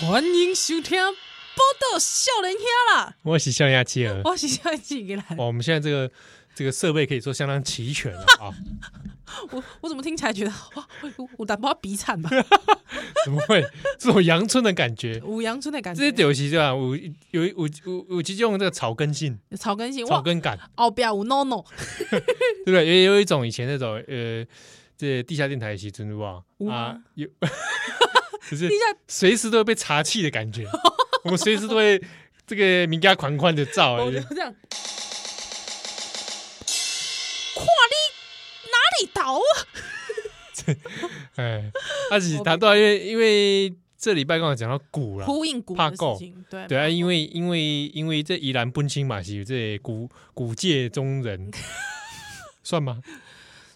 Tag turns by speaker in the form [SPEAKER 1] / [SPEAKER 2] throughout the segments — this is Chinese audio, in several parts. [SPEAKER 1] 欢迎收听《报道笑人兄》啦！
[SPEAKER 2] 我是象牙企鹅。
[SPEAKER 1] 我是笑几个人，
[SPEAKER 2] 哇，啊哦我们现在这个这个设备可以说相当齐全了啊！
[SPEAKER 1] 我我怎么听起来觉得哇，我我胆包比惨吧，
[SPEAKER 2] 怎么会这种阳春的感觉？
[SPEAKER 1] 五羊村的感
[SPEAKER 2] 这些
[SPEAKER 1] 觉，
[SPEAKER 2] 游戏对吧？有有有有有几种这个草根性、
[SPEAKER 1] 草根性
[SPEAKER 2] 草
[SPEAKER 1] 哇，
[SPEAKER 2] 根感，
[SPEAKER 1] 后边有 no no，
[SPEAKER 2] 对不对？也有一种以前那种呃，这地下电台的时珍珠啊
[SPEAKER 1] 有
[SPEAKER 2] 啊
[SPEAKER 1] 吗，
[SPEAKER 2] 有， 就是
[SPEAKER 1] 地下
[SPEAKER 2] 随时都会被查气的 感觉，我们随时都会这个名家款款的照，
[SPEAKER 1] 我就
[SPEAKER 2] 哎
[SPEAKER 1] 这样，看你哪里倒啊？
[SPEAKER 2] 哎，而且他都因为因为这礼拜刚好讲到鼓了，
[SPEAKER 1] 呼应古
[SPEAKER 2] 怕
[SPEAKER 1] 的
[SPEAKER 2] 够
[SPEAKER 1] 事情，对
[SPEAKER 2] 对啊，因为因为因为这宜兰奔青嘛是有这古古界中 人，算吗？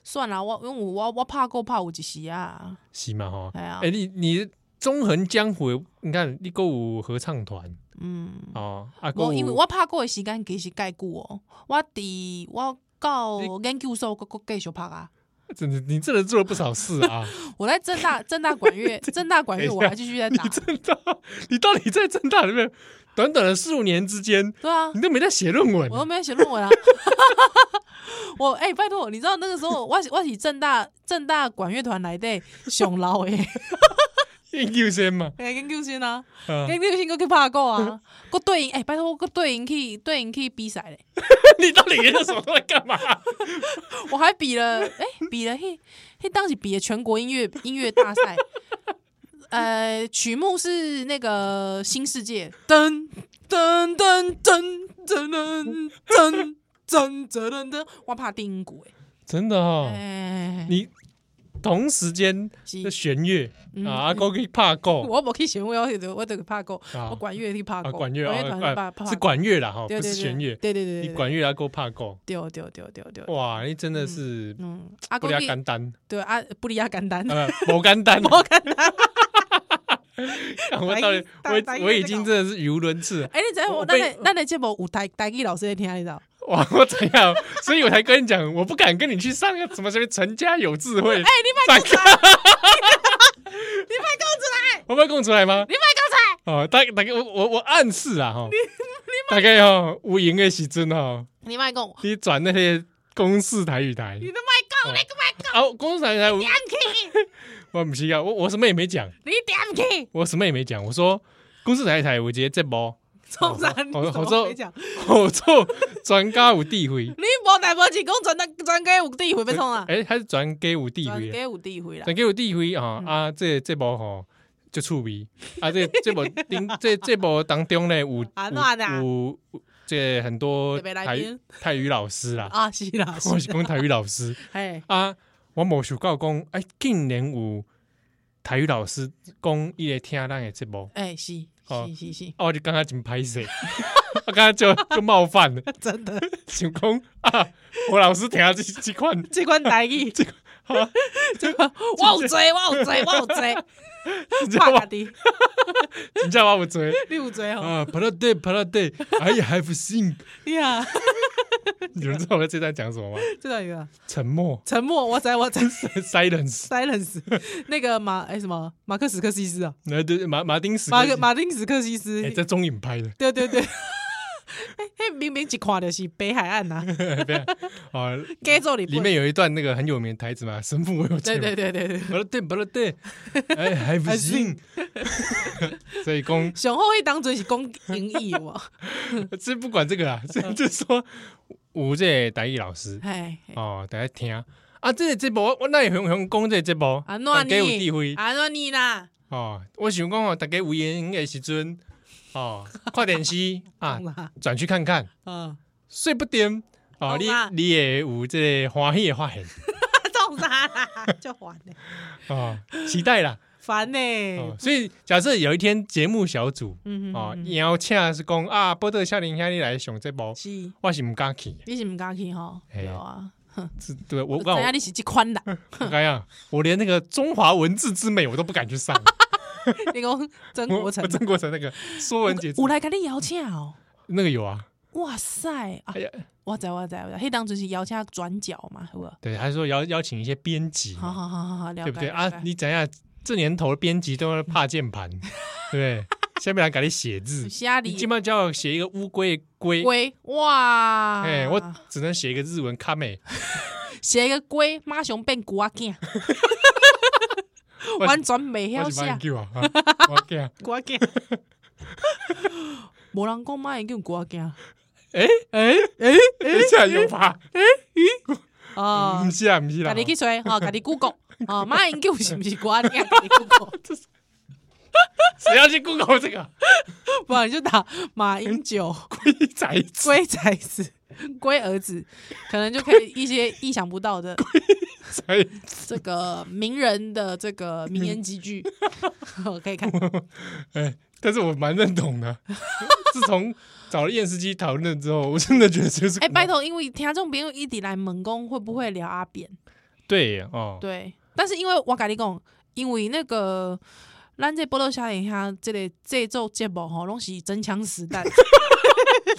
[SPEAKER 1] 算了，我因为我我怕够怕有一时啊，
[SPEAKER 2] 是嘛哈？
[SPEAKER 1] 哎呀
[SPEAKER 2] 哎、，你你纵横江湖，你看你歌舞合唱团
[SPEAKER 1] 嗯，
[SPEAKER 2] 哦，啊歌
[SPEAKER 1] 我
[SPEAKER 2] 舞，
[SPEAKER 1] 因为我怕过的时间其实概久哦，我伫我到研究所我我继续拍啊。
[SPEAKER 2] 真的你真的做了不少事 啊！
[SPEAKER 1] 我在正大正大 管乐，正大管乐
[SPEAKER 2] 等一
[SPEAKER 1] 我
[SPEAKER 2] 下
[SPEAKER 1] 还继续在
[SPEAKER 2] 你
[SPEAKER 1] 打，
[SPEAKER 2] 真的，
[SPEAKER 1] 啊
[SPEAKER 2] 你到底在正大里面短短的四五年之间，
[SPEAKER 1] 对啊
[SPEAKER 2] 你，都没在写论文
[SPEAKER 1] 我都没有写论文啊。 我哎、拜托，你知道那个时候我是我是正大正大管乐团来的熊老 诶，
[SPEAKER 2] 研究生嘛？
[SPEAKER 1] 哎跟 Q 星啊，
[SPEAKER 2] 啊，
[SPEAKER 1] 跟 Q 星哥去拍过啊，我对应哎、拜托我对应去对应去比赛嘞，
[SPEAKER 2] 你到底研究什么都在干 嘛？
[SPEAKER 1] 我还比了哎、比了嘿嘿当时比了全国音乐音乐大赛。呃，曲目是那个《新世界》噔噔噔噔噔噔噔噔噔噔，我怕定音鼓
[SPEAKER 2] 真的哦，
[SPEAKER 1] 哎，
[SPEAKER 2] 你同时间
[SPEAKER 1] 是
[SPEAKER 2] 的弦乐
[SPEAKER 1] 嗯
[SPEAKER 2] 啊，阿哥可以怕够。
[SPEAKER 1] 我无去弦乐，我就我就怕过，
[SPEAKER 2] 啊
[SPEAKER 1] 我管乐去怕
[SPEAKER 2] 啊，
[SPEAKER 1] 过，
[SPEAKER 2] 管乐
[SPEAKER 1] 管乐团
[SPEAKER 2] 啊，
[SPEAKER 1] 怕
[SPEAKER 2] 管
[SPEAKER 1] 怕
[SPEAKER 2] 是管乐啦哈，
[SPEAKER 1] 对
[SPEAKER 2] 不
[SPEAKER 1] 对
[SPEAKER 2] 是
[SPEAKER 1] 对
[SPEAKER 2] 弦乐。
[SPEAKER 1] 对对对
[SPEAKER 2] 你
[SPEAKER 1] 对，
[SPEAKER 2] 管乐啊要够怕够，
[SPEAKER 1] 丢丢丢丢丢丢，
[SPEAKER 2] 哇，你真的是
[SPEAKER 1] 嗯，阿
[SPEAKER 2] 不
[SPEAKER 1] 公
[SPEAKER 2] 加
[SPEAKER 1] 去
[SPEAKER 2] 干 单，
[SPEAKER 1] 对啊，不离亚简单，
[SPEAKER 2] 呃，不干单，
[SPEAKER 1] 我看 他，
[SPEAKER 2] 我到底
[SPEAKER 1] 大大大
[SPEAKER 2] 我我已经真的是语无伦次了，
[SPEAKER 1] 哎，你知道
[SPEAKER 2] 我
[SPEAKER 1] 我
[SPEAKER 2] 被
[SPEAKER 1] 咱的咱的节目有台台语老师在听，你知道？
[SPEAKER 2] 哇，我怎样？所以我才跟你讲，我不敢跟你去上个什么什么成家有智慧，
[SPEAKER 1] 哎，你
[SPEAKER 2] 上
[SPEAKER 1] 卖
[SPEAKER 2] 课
[SPEAKER 1] 讲出来，你卖讲出来，
[SPEAKER 2] 我不要供出来吗
[SPEAKER 1] 哎你？卖讲出来，
[SPEAKER 2] 哦，大大概我我我暗示啊哈，大概哦，无赢的时阵哦，
[SPEAKER 1] 你卖讲，
[SPEAKER 2] 你转那些公式台语台
[SPEAKER 1] 你，都卖讲，
[SPEAKER 2] 哦
[SPEAKER 1] 你个卖讲，
[SPEAKER 2] 啊，公式台语台我
[SPEAKER 1] 点去，
[SPEAKER 2] 我不是啊，我我什么也没讲。
[SPEAKER 1] 你点去，
[SPEAKER 2] 我什么也没讲，我说公司台台，我直接这波
[SPEAKER 1] 冲啥？你
[SPEAKER 2] 我
[SPEAKER 1] 什
[SPEAKER 2] 我
[SPEAKER 1] 么
[SPEAKER 2] 说
[SPEAKER 1] 没讲？
[SPEAKER 2] 我做专家有地 位，
[SPEAKER 1] 你无台无志，讲转转给有地回被冲啊？
[SPEAKER 2] 哎，还是转给有地
[SPEAKER 1] 转
[SPEAKER 2] 位，
[SPEAKER 1] 给有地回啦
[SPEAKER 2] 转。给有地位
[SPEAKER 1] 嗯
[SPEAKER 2] 啊啊，这这波吼就趣味啊，这这波顶 这这波当中呢有
[SPEAKER 1] 啊哪的啊
[SPEAKER 2] 有有这很多
[SPEAKER 1] 特别来
[SPEAKER 2] 台
[SPEAKER 1] 宾
[SPEAKER 2] 泰语老师啦，
[SPEAKER 1] 啊，是啦，
[SPEAKER 2] 我
[SPEAKER 1] 是
[SPEAKER 2] 是
[SPEAKER 1] 啦，
[SPEAKER 2] 讲台语老师
[SPEAKER 1] 哎，
[SPEAKER 2] 啊，我无想到讲哎，竟然有台语老师讲伊来听咱的节目。
[SPEAKER 1] 哎，是
[SPEAKER 2] 哦
[SPEAKER 1] 是是是，
[SPEAKER 2] 啊，我就刚刚真拍谁， 我刚刚就就冒犯了，
[SPEAKER 1] 真的，
[SPEAKER 2] 想讲啊，我老师听下这这款，
[SPEAKER 1] 这款台语，这款，我有罪，我有罪，我有罪，
[SPEAKER 2] 真正
[SPEAKER 1] 怕
[SPEAKER 2] 我
[SPEAKER 1] 家己，
[SPEAKER 2] 真正我有做
[SPEAKER 1] 你有罪哦，
[SPEAKER 2] 啊 p a r a d a y p a r a d a y i have seen。
[SPEAKER 1] 你啊，
[SPEAKER 2] 你们知道我这段讲什么吗？
[SPEAKER 1] 这段有啊，
[SPEAKER 2] 沉默
[SPEAKER 1] 沉默，我在我在
[SPEAKER 2] ，silence。
[SPEAKER 1] silence，那个马哎什么马克史克西斯啊，
[SPEAKER 2] 那对马马丁斯
[SPEAKER 1] 马
[SPEAKER 2] 科
[SPEAKER 1] 克马丁史克西斯
[SPEAKER 2] 哎，，在中影拍的，
[SPEAKER 1] 对对对。 嘿，明明一看就是北海 岸呐，
[SPEAKER 2] 啊，
[SPEAKER 1] 该做你
[SPEAKER 2] 里面有一段那个很有名的台词嘛，神父我有
[SPEAKER 1] 对
[SPEAKER 2] 见。
[SPEAKER 1] 对对对对，
[SPEAKER 2] p a r a d a y p a r a d a y i have seen。所以 公
[SPEAKER 1] 上好迄当阵是讲英语我，
[SPEAKER 2] 这不管这个啦，这就说有这个台语老师
[SPEAKER 1] 哎，
[SPEAKER 2] 哦，大家听啊，这个节目我我那会雄雄讲这个节目，
[SPEAKER 1] 安
[SPEAKER 2] 大
[SPEAKER 1] 怎
[SPEAKER 2] 家有地位
[SPEAKER 1] 你，安怎你啦，
[SPEAKER 2] 哦。我想讲哦，大家有闲的时阵哦，看电视啊
[SPEAKER 1] 懂，啦，
[SPEAKER 2] 转去看看，
[SPEAKER 1] 嗯。
[SPEAKER 2] 睡不点哦，你
[SPEAKER 1] 懂啦
[SPEAKER 2] 你也有这个欢喜的发现
[SPEAKER 1] 中啥啦？ 就烦呢、
[SPEAKER 2] 哦，期待啦
[SPEAKER 1] 烦呢、
[SPEAKER 2] 哦。所以假设有一天节目小组
[SPEAKER 1] 嗯
[SPEAKER 2] 哦
[SPEAKER 1] 哼，
[SPEAKER 2] 邀请是讲啊，波特夏林兄你来上这部，
[SPEAKER 1] 是，
[SPEAKER 2] 我是唔敢去，
[SPEAKER 1] 你是唔敢去吼？
[SPEAKER 2] 嘿
[SPEAKER 1] 对啊，
[SPEAKER 2] 这对我我
[SPEAKER 1] 我知
[SPEAKER 2] 讲。
[SPEAKER 1] 影你是即款啦。
[SPEAKER 2] 我跟你讲，我连那个中华文字之美我都不敢去 上。
[SPEAKER 1] 你讲曾
[SPEAKER 2] 我
[SPEAKER 1] 国
[SPEAKER 2] 我
[SPEAKER 1] 成，
[SPEAKER 2] 曾国成那个《说文解字
[SPEAKER 1] 有》来甲你邀请哦。
[SPEAKER 2] 那个有啊，
[SPEAKER 1] 哇塞啊
[SPEAKER 2] 哎！呀，
[SPEAKER 1] 我知我知我知，迄当初是邀请转角嘛，好无？
[SPEAKER 2] 对，还说邀邀请一些编辑嘛，
[SPEAKER 1] 哦好好好好好，了
[SPEAKER 2] 对
[SPEAKER 1] 解
[SPEAKER 2] 不对
[SPEAKER 1] 了解
[SPEAKER 2] 啊？你怎样这年头编辑都要怕键 盘，对不对？下面来给你写字，
[SPEAKER 1] 虾
[SPEAKER 2] 你
[SPEAKER 1] 里
[SPEAKER 2] 基本上叫我写一个乌龟的龟，
[SPEAKER 1] 龟啊哇，
[SPEAKER 2] 哎、我只能写一个日文卡美，
[SPEAKER 1] 写一个龟，妈熊变古阿囝，
[SPEAKER 2] 我
[SPEAKER 1] 完全袂
[SPEAKER 2] 我
[SPEAKER 1] 晓
[SPEAKER 2] 是把
[SPEAKER 1] 写
[SPEAKER 2] 你救啊， 啊我惊，
[SPEAKER 1] 古阿囝。无人讲妈会叫古阿 囝
[SPEAKER 2] 哎哎哎哎， 这样有吧？
[SPEAKER 1] 啊
[SPEAKER 2] 不，是啊，不是啦
[SPEAKER 1] 哦家，己去 揣吼，家己 Google 啊，妈因叫是毋是古阿囝？家己 Google，
[SPEAKER 2] 谁要去 Google 这个？
[SPEAKER 1] 不然你就打马英九。
[SPEAKER 2] 龟仔子，
[SPEAKER 1] 龟崽子、龟儿子，可能就可以一些意想不到的
[SPEAKER 2] 仔子
[SPEAKER 1] 这个名人的这个名言集 句，哦可以看。
[SPEAKER 2] 哎，但是我蛮认同 的。自从找了验尸机讨论之后，我真的觉得就是
[SPEAKER 1] 哎、拜托，因为听众朋友一直来问讲会不会聊阿扁，
[SPEAKER 2] 对哦，
[SPEAKER 1] 对，但是因为我跟你讲，因为那个。咱这波多少年下，这个这周节目吼，拢是真枪实弹。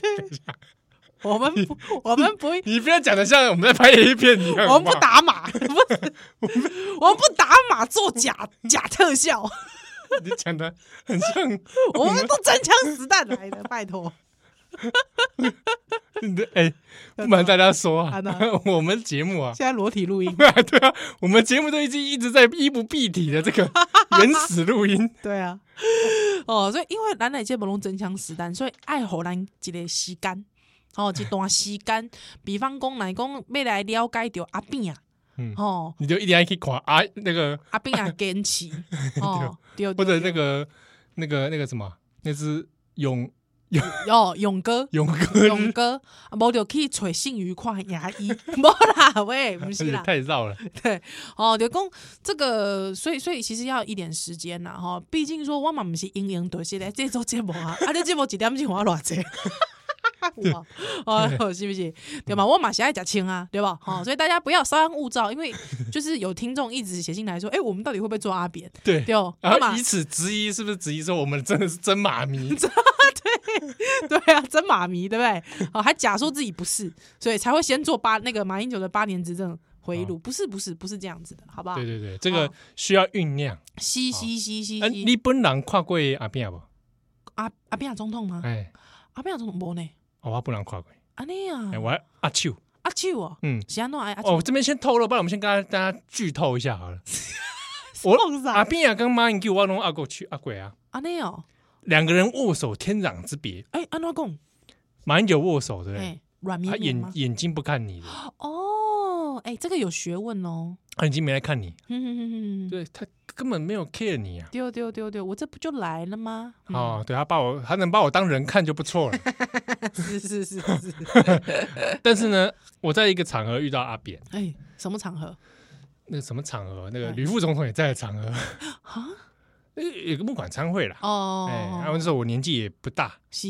[SPEAKER 1] 我们不，我们不，
[SPEAKER 2] 你不要讲的像我们在拍 A 片一样，
[SPEAKER 1] 我
[SPEAKER 2] 好
[SPEAKER 1] 们
[SPEAKER 2] 好
[SPEAKER 1] 不，打码，不是， 我们不打码做假假特效。
[SPEAKER 2] 你讲的很像
[SPEAKER 1] 我们都真枪实弹来的，拜托。
[SPEAKER 2] 你的哎，不瞒大家说啊
[SPEAKER 1] 真的啊，
[SPEAKER 2] 我们节目啊。
[SPEAKER 1] 现在裸体录音，
[SPEAKER 2] 对啊，我们节目都已经一直在衣不蔽体的这 个原始录音，
[SPEAKER 1] 对啊， 哦，所以因为咱来这不拢真枪实弹，所以爱互咱一个时间，哦，一段时间，比方讲来讲，要来了解着阿扁啊，
[SPEAKER 2] 嗯
[SPEAKER 1] 哦，
[SPEAKER 2] 你就一定要去垮啊那个
[SPEAKER 1] 阿扁啊，坚 持，哦，对，
[SPEAKER 2] 或者
[SPEAKER 1] 对
[SPEAKER 2] 那个那个那个什么，啊那只勇
[SPEAKER 1] 对哦，勇 哥。
[SPEAKER 2] 勇哥
[SPEAKER 1] 勇哥，啊无就去找性愉快牙医， 无啦喂，不是
[SPEAKER 2] 也
[SPEAKER 1] 啦，
[SPEAKER 2] 太绕了，
[SPEAKER 1] 对，哦，就讲这个，所以所以其实要一点时间啦，吼，毕竟说我嘛不是英英对是来这做节目啊，啊，这节目一点钟我偌济。 有无 哦，是不是？对吧？我嘛是爱食青啊，对吧？哦，所以大家不要稍安勿躁，因为就是有听众一直写信来说，哎、我们到底会不会做阿扁？
[SPEAKER 2] 对
[SPEAKER 1] 对，哦，
[SPEAKER 2] 然后
[SPEAKER 1] 嘛
[SPEAKER 2] 以此质疑是不是质疑说我们真的是真 马迷？
[SPEAKER 1] 对啊，真马迷，对不对？哦，还假说自己不是，所以才会先做八那个马英九的八年执政回忆录，不是不是不是这样子的，好不好
[SPEAKER 2] 哦对？对对，这
[SPEAKER 1] 哦
[SPEAKER 2] 个需要酝酿。
[SPEAKER 1] 嘻嘻嘻嘻
[SPEAKER 2] 啊，
[SPEAKER 1] 嘻，
[SPEAKER 2] 你本人看过阿扁啊不？
[SPEAKER 1] 阿阿扁总统吗？
[SPEAKER 2] 哎，
[SPEAKER 1] 阿扁总统无呢？
[SPEAKER 2] 哦我本人看过，
[SPEAKER 1] 安尼啊
[SPEAKER 2] 哎，，我还阿秋，
[SPEAKER 1] 阿手哦，
[SPEAKER 2] 嗯，
[SPEAKER 1] 是安怎爱阿手？
[SPEAKER 2] 哦，我这边先透露，不然我们先跟大家大家剧透一下好了。
[SPEAKER 1] 弄
[SPEAKER 2] 我
[SPEAKER 1] 啥
[SPEAKER 2] 阿扁啊跟马英九，我弄阿过去阿鬼啊，
[SPEAKER 1] 安尼哦，
[SPEAKER 2] 两个人握手天壤之别。
[SPEAKER 1] 哎，安怎讲？
[SPEAKER 2] 马英九握手，对不对？
[SPEAKER 1] 哎，软绵
[SPEAKER 2] 他
[SPEAKER 1] 绵
[SPEAKER 2] 眼
[SPEAKER 1] 吗？
[SPEAKER 2] 眼睛不看 你的，啊
[SPEAKER 1] 哦，哎，这个有学问哦。
[SPEAKER 2] 他眼睛没来看你，
[SPEAKER 1] 哼哼哼哼，
[SPEAKER 2] 对他根本没有 care 你啊。
[SPEAKER 1] 丢丢丢丢，我这不就来了吗？嗯，
[SPEAKER 2] 哦，对他把我，他能把我当人看就不错了。
[SPEAKER 1] 是是是是是，
[SPEAKER 2] 但是呢，我在一个场合遇到阿扁，
[SPEAKER 1] 哎，什么场合
[SPEAKER 2] 那个什么场合，那个
[SPEAKER 1] 嗯
[SPEAKER 2] 吕副总统也在的场合， 呃
[SPEAKER 1] 啊？
[SPEAKER 2] 那个有个募款参会啦。哎，然后
[SPEAKER 1] 哦，
[SPEAKER 2] 那时候我年纪也不大，
[SPEAKER 1] 是，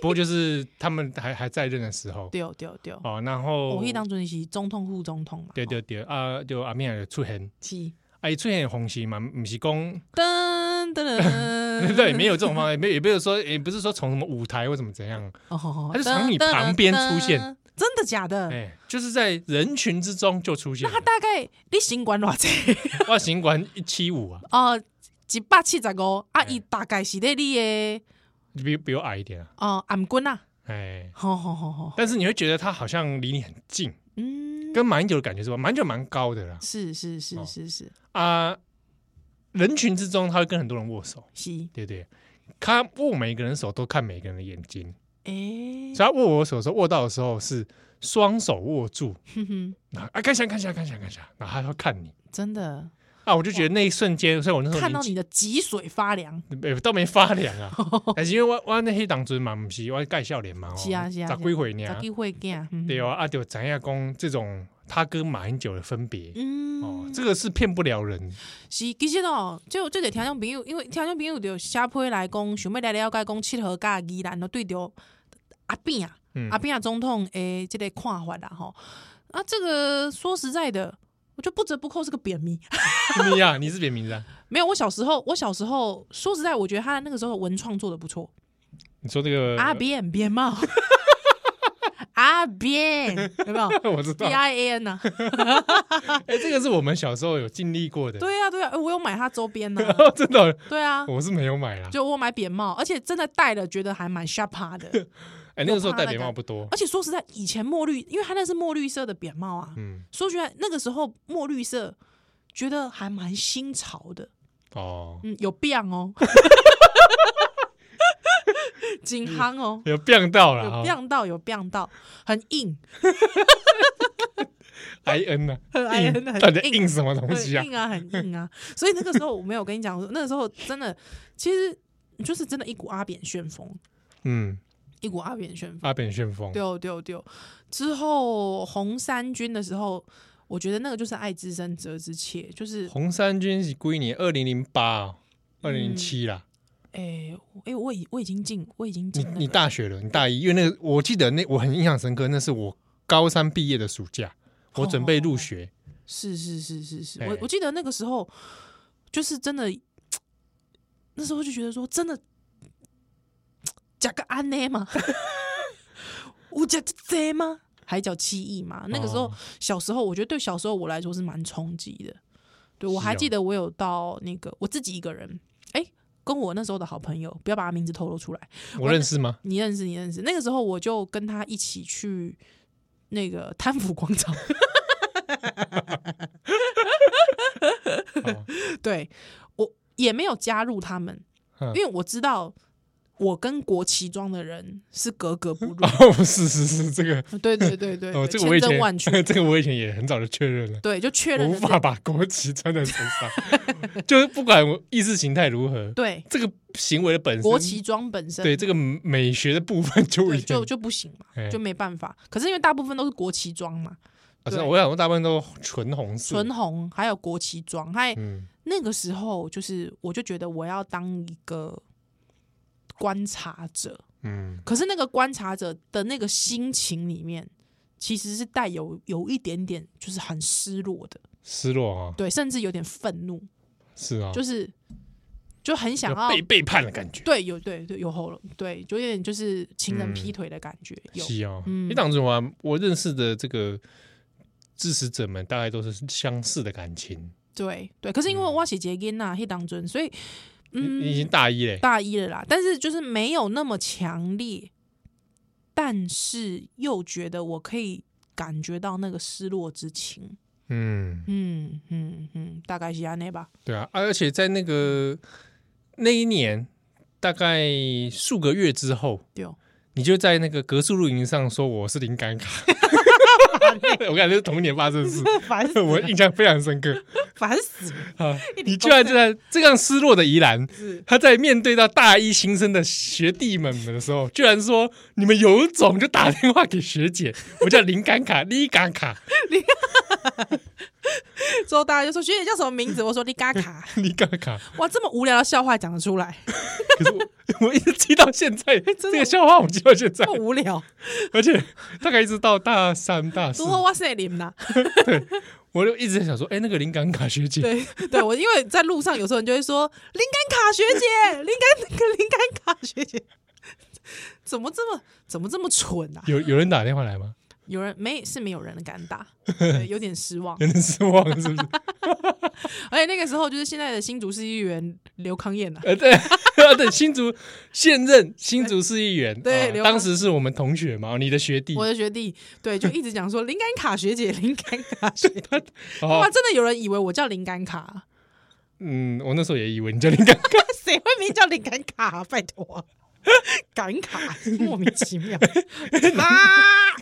[SPEAKER 2] 不过就是他们还还在任的时候
[SPEAKER 1] 丢丢丢，
[SPEAKER 2] 哦，然后
[SPEAKER 1] 我迄当阵是总统副总统嘛，
[SPEAKER 2] 对
[SPEAKER 1] 哦，
[SPEAKER 2] 对对啊，就阿扁也出现，
[SPEAKER 1] 是，
[SPEAKER 2] 啊，伊出现红旗嘛，不是讲
[SPEAKER 1] 噔噔 噔，
[SPEAKER 2] 对，没有这种方法，也没有也没有说，也不是说从什么舞台或怎么怎样，
[SPEAKER 1] 哦，
[SPEAKER 2] 他就从你旁边出现
[SPEAKER 1] 噔，噔噔真的假的？
[SPEAKER 2] 哎，就是在人群之中就出现
[SPEAKER 1] 嗯那
[SPEAKER 2] 了
[SPEAKER 1] 他。大概你新管偌济？
[SPEAKER 2] 我行管一七五啊，
[SPEAKER 1] 哦，一百七十五啊，伊大概是咧你的
[SPEAKER 2] 比比我矮一点啊，
[SPEAKER 1] 哦颔棍啊，
[SPEAKER 2] 哎，
[SPEAKER 1] 吼吼吼吼，
[SPEAKER 2] 但是你会觉得他好像离你很近，
[SPEAKER 1] 嗯，
[SPEAKER 2] 跟马英九的感觉是吧？马英九蛮高的啦，
[SPEAKER 1] 是是
[SPEAKER 2] 哦
[SPEAKER 1] 是是是
[SPEAKER 2] 啊，人群之中他会跟很多人握手，
[SPEAKER 1] 是，
[SPEAKER 2] 对不对？他握每一个人的手都看每个人的眼睛，
[SPEAKER 1] 诶，
[SPEAKER 2] 所以他握我的手的时候，握到的时候是双手握住，
[SPEAKER 1] 哼哼，
[SPEAKER 2] 然后啊，看一下，看一下，看一下，看一下，然后他会看你
[SPEAKER 1] 真的
[SPEAKER 2] 啊，我就觉得那一瞬间，所以我那时候
[SPEAKER 1] 看
[SPEAKER 2] 年
[SPEAKER 1] 到
[SPEAKER 2] 纪
[SPEAKER 1] 你的脊髓发凉，
[SPEAKER 2] 欸、都没发凉 啊，但是因为我我那黑党尊嘛，不是我盖笑脸嘛，哦
[SPEAKER 1] 是啊是啊
[SPEAKER 2] 十几回
[SPEAKER 1] 咋
[SPEAKER 2] 呢，
[SPEAKER 1] 机会见？嗯
[SPEAKER 2] 对，啊，啊就咱亚公这种他跟马英九的分别、哦
[SPEAKER 1] 嗯，，
[SPEAKER 2] 这个是骗不了人，
[SPEAKER 1] 是其实哦，就就得听众朋友，因为听众朋友就写批来讲，想要来了解讲七和甲宜兰都对着阿扁啊。
[SPEAKER 2] 嗯，
[SPEAKER 1] 阿扁总统诶，这个看法啦吼。啊，这个说实在的，我就不折不扣是个扁迷。
[SPEAKER 2] 你 呀、你是别名字啊？
[SPEAKER 1] 没有，我小时候，我小时候说实在，我觉得他那个
[SPEAKER 2] 呃
[SPEAKER 1] 时候文创做的不错。
[SPEAKER 2] 你说这个
[SPEAKER 1] 阿扁扁帽，阿那边有 没有
[SPEAKER 2] 我知
[SPEAKER 1] B
[SPEAKER 2] 道，哎、哎
[SPEAKER 1] I A N 呐？
[SPEAKER 2] 这个是我们小时候有经历过的，
[SPEAKER 1] 对呀、对呀、哎我有买它周 边呢、
[SPEAKER 2] 真的，
[SPEAKER 1] 对啊，
[SPEAKER 2] 我是没有买啦。
[SPEAKER 1] 就我买扁帽，而且真的戴了觉得还蛮 sharp 的。
[SPEAKER 2] 哎、那个时候
[SPEAKER 1] 有怕那
[SPEAKER 2] 戴
[SPEAKER 1] 个
[SPEAKER 2] 扁帽不 多，
[SPEAKER 1] 而且说实在，以前墨绿，因为它那是墨绿色的扁帽啊，
[SPEAKER 2] 嗯，
[SPEAKER 1] 说实在那个时候墨绿色觉得还蛮新潮的，
[SPEAKER 2] 哦，
[SPEAKER 1] 嗯，有病哦， 紧夯哦，
[SPEAKER 2] 有变到哦了
[SPEAKER 1] 有
[SPEAKER 2] 哈
[SPEAKER 1] 病到有病到，很硬，
[SPEAKER 2] ，I N 呢、
[SPEAKER 1] 很
[SPEAKER 2] 啊，
[SPEAKER 1] 哎
[SPEAKER 2] 硬
[SPEAKER 1] 真的
[SPEAKER 2] 到底
[SPEAKER 1] 很
[SPEAKER 2] 在硬什么东
[SPEAKER 1] 很
[SPEAKER 2] 西啊？
[SPEAKER 1] 硬啊，很硬啊。所以那个时候我没有跟你讲，那个时候真的其实就是真的一股阿扁旋风，
[SPEAKER 2] 嗯，
[SPEAKER 1] 一股阿扁旋风。
[SPEAKER 2] 阿扁旋风，
[SPEAKER 1] 丢丢丢！之后红三军的时候，我觉得那个就是爱之深责之切，就是
[SPEAKER 2] 红三军是归你二零零八，哦二零零七啦。
[SPEAKER 1] 诶诶，我已我已经进，我已经进、
[SPEAKER 2] 你
[SPEAKER 1] 那个
[SPEAKER 2] 你大学了，你大一，因为那个我记得那我很印象深刻，那是我高三毕业的暑假，我准备
[SPEAKER 1] 哦
[SPEAKER 2] 入学，
[SPEAKER 1] 是是是是是，
[SPEAKER 2] 哎
[SPEAKER 1] 我我记得那个时候就是真的，那时候就觉得说真的，加个安内 嘛，我加这吗？海角七亿嘛，那个时候、
[SPEAKER 2] 哦
[SPEAKER 1] 小时候，我觉得对小时候我来说是蛮冲击的。对我
[SPEAKER 2] 是
[SPEAKER 1] 还
[SPEAKER 2] 哦
[SPEAKER 1] 记得我有到那个我自己一个人，哎、跟我那时候的好朋友，不要把他名字透露出来。
[SPEAKER 2] 我认识吗？
[SPEAKER 1] 你认识，你认识。那个时候我就跟他一起去那个 贪腐广场，
[SPEAKER 2] 哦
[SPEAKER 1] 对我也没有加入他们，
[SPEAKER 2] 嗯
[SPEAKER 1] 因为我知道我跟国旗装的人是格 格不入。
[SPEAKER 2] 哦，是是是，这个
[SPEAKER 1] 对对对对
[SPEAKER 2] 哦，
[SPEAKER 1] 对，
[SPEAKER 2] 这个我以
[SPEAKER 1] 千真万确。
[SPEAKER 2] 前 这个我以前也很早就确认了，
[SPEAKER 1] 对，就 确
[SPEAKER 2] 我
[SPEAKER 1] 认
[SPEAKER 2] 无
[SPEAKER 1] 了这
[SPEAKER 2] 法把国旗穿在身上， 就是不管我意识形态如何，
[SPEAKER 1] 对
[SPEAKER 2] 这个行为的本身，
[SPEAKER 1] 国旗装本身
[SPEAKER 2] 对这个美学的部分就
[SPEAKER 1] 对
[SPEAKER 2] 已经
[SPEAKER 1] 就就不行嘛，
[SPEAKER 2] 哎
[SPEAKER 1] 就没办法。可是因为大部分都是国旗装嘛，
[SPEAKER 2] 啊真的
[SPEAKER 1] 对
[SPEAKER 2] 我想说大部分都纯红色，
[SPEAKER 1] 唇红还有国旗装，还
[SPEAKER 2] 嗯
[SPEAKER 1] 那个时候就是我就觉得我要当一个观察者，
[SPEAKER 2] 嗯，
[SPEAKER 1] 可是那个观察者的那个心情里面，其实是带有有一点点就是很失落的，
[SPEAKER 2] 失落啊，
[SPEAKER 1] 对，甚至有点愤怒，
[SPEAKER 2] 是啊，
[SPEAKER 1] 就是就很想
[SPEAKER 2] 有
[SPEAKER 1] 要
[SPEAKER 2] 被背叛的感觉。
[SPEAKER 1] 对有对对有喉咙对，就有点就是情人
[SPEAKER 2] 嗯
[SPEAKER 1] 劈腿的感觉，有
[SPEAKER 2] 是哦，
[SPEAKER 1] 嗯
[SPEAKER 2] 你当初啊，我认识的这个支持者们，大概都是相似的感情。
[SPEAKER 1] 对对。可是因为我是一个囡呐，迄当中，所以嗯，
[SPEAKER 2] 嗯你已经大一嘞，
[SPEAKER 1] 大一了啦，但是就是没有那么强烈，但是又觉得我可以感觉到那个失落之情。
[SPEAKER 2] 嗯，
[SPEAKER 1] 嗯嗯嗯，大概是安内吧。
[SPEAKER 2] 对啊，啊而且在那个那一年，大概数个月之后，
[SPEAKER 1] 对哦，
[SPEAKER 2] 你就在那个格数露营上说我是灵感 卡， 我感觉是同一年发生的事，
[SPEAKER 1] 烦死
[SPEAKER 2] 我
[SPEAKER 1] 了，
[SPEAKER 2] 印象非常深刻
[SPEAKER 1] 烦死了，
[SPEAKER 2] 啊！你居然就在这样失落的宜兰，
[SPEAKER 1] 是
[SPEAKER 2] 他在面对到大一新生的学弟们们的时候，居然说：“你们有种就打电话给学姐，我叫林感卡， 李感卡，
[SPEAKER 1] 之后大家就说学姐叫什么名字？我说你嘎卡，
[SPEAKER 2] 李感卡。
[SPEAKER 1] 哇，这么无聊的笑话讲得出 来，”
[SPEAKER 2] 可是我 我一直记到现在，这
[SPEAKER 1] 哎的哦
[SPEAKER 2] 个笑话我记到现在
[SPEAKER 1] 这，么无聊，
[SPEAKER 2] 而且大概一直到大三、大四
[SPEAKER 1] 如，何哇塞你们呐？
[SPEAKER 2] 我就一直在想说：“哎，那个林感卡学姐，
[SPEAKER 1] 对 对，我因为在路上有时候你就会说灵感卡学姐，灵感那 个灵感卡学姐， 怎么这么怎么这么蠢啊？
[SPEAKER 2] 有有人打电话来吗？
[SPEAKER 1] 有人没是没有人敢打，对，有点失望。
[SPEAKER 2] 有点失望是不是？
[SPEAKER 1] 而且那个时候就是现在的新竹市议员刘康燕啊，
[SPEAKER 2] 呃，对。” 对，新竹现任新竹市议员，
[SPEAKER 1] 对
[SPEAKER 2] 啊
[SPEAKER 1] 刘
[SPEAKER 2] 当
[SPEAKER 1] 康
[SPEAKER 2] 时是我们同学嘛，哦你的学弟，
[SPEAKER 1] 我的学弟，对，就一直讲说灵感卡学姐，灵感卡 学姐，
[SPEAKER 2] 哦
[SPEAKER 1] 哇，真的有人以为我叫灵感卡，
[SPEAKER 2] 嗯，我那时候也以为你 叫林感卡，
[SPEAKER 1] 谁会名叫灵感卡、啊？拜托、 啊，感卡莫名其妙 啊，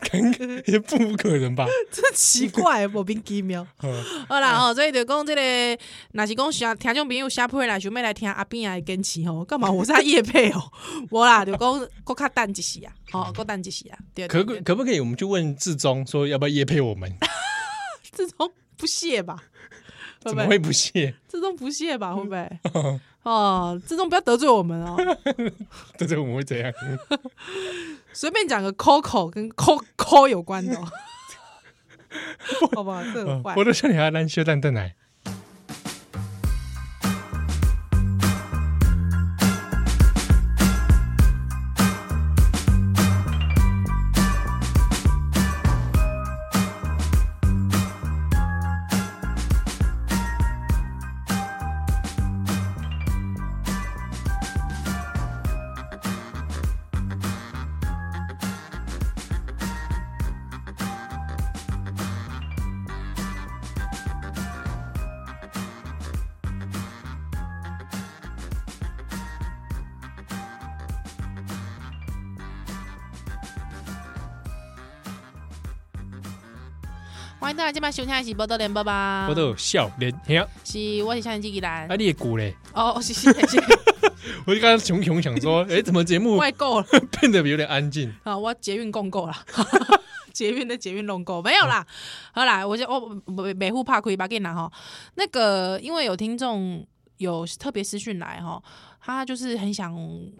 [SPEAKER 2] 感卡也不可能 吧？
[SPEAKER 1] 真奇怪，莫名其妙。
[SPEAKER 2] 嗯
[SPEAKER 1] 好啦哦，所以就讲这个，若是讲想听众朋友下配来，想要来听阿扁啊的坚持吼，干嘛我是他叶配哦，无啦，就讲搁较等一时啊，吼，搁等一时啊，对
[SPEAKER 2] 可
[SPEAKER 1] 对
[SPEAKER 2] 不
[SPEAKER 1] 对，
[SPEAKER 2] 可不可以？我们就问志忠说，要不要夜配我们？
[SPEAKER 1] 这种不屑吧，会
[SPEAKER 2] 怎
[SPEAKER 1] 不
[SPEAKER 2] 么
[SPEAKER 1] 会？
[SPEAKER 2] 会不屑？
[SPEAKER 1] 这种不屑吧，会不 会？哦，这种不要得罪我们哦，
[SPEAKER 2] 这这我们会怎样？
[SPEAKER 1] 随便讲个 Coco 跟 Coco 有关的、哦，好不好？这很坏
[SPEAKER 2] 嗯我。都想你阿兰修蛋蛋奶。
[SPEAKER 1] 欢迎大家今晚收听的是《波多哎连波吧
[SPEAKER 2] 我》，都有笑脸，哎呀，
[SPEAKER 1] 是我是夏人机器兰
[SPEAKER 2] 啊，。你也鼓嘞！
[SPEAKER 1] 哦， 谢谢谢谢，
[SPEAKER 2] 我就刚刚熊熊想说，哎，怎么节 目
[SPEAKER 1] 我也够了
[SPEAKER 2] 变得有点安静？
[SPEAKER 1] 啊，我捷运共 购啦。捷运的捷运弄购没有啦，好啦，我就我每每户怕亏吧，给你拿哈。那个，因为有听众有特别私讯来哈，他就是很想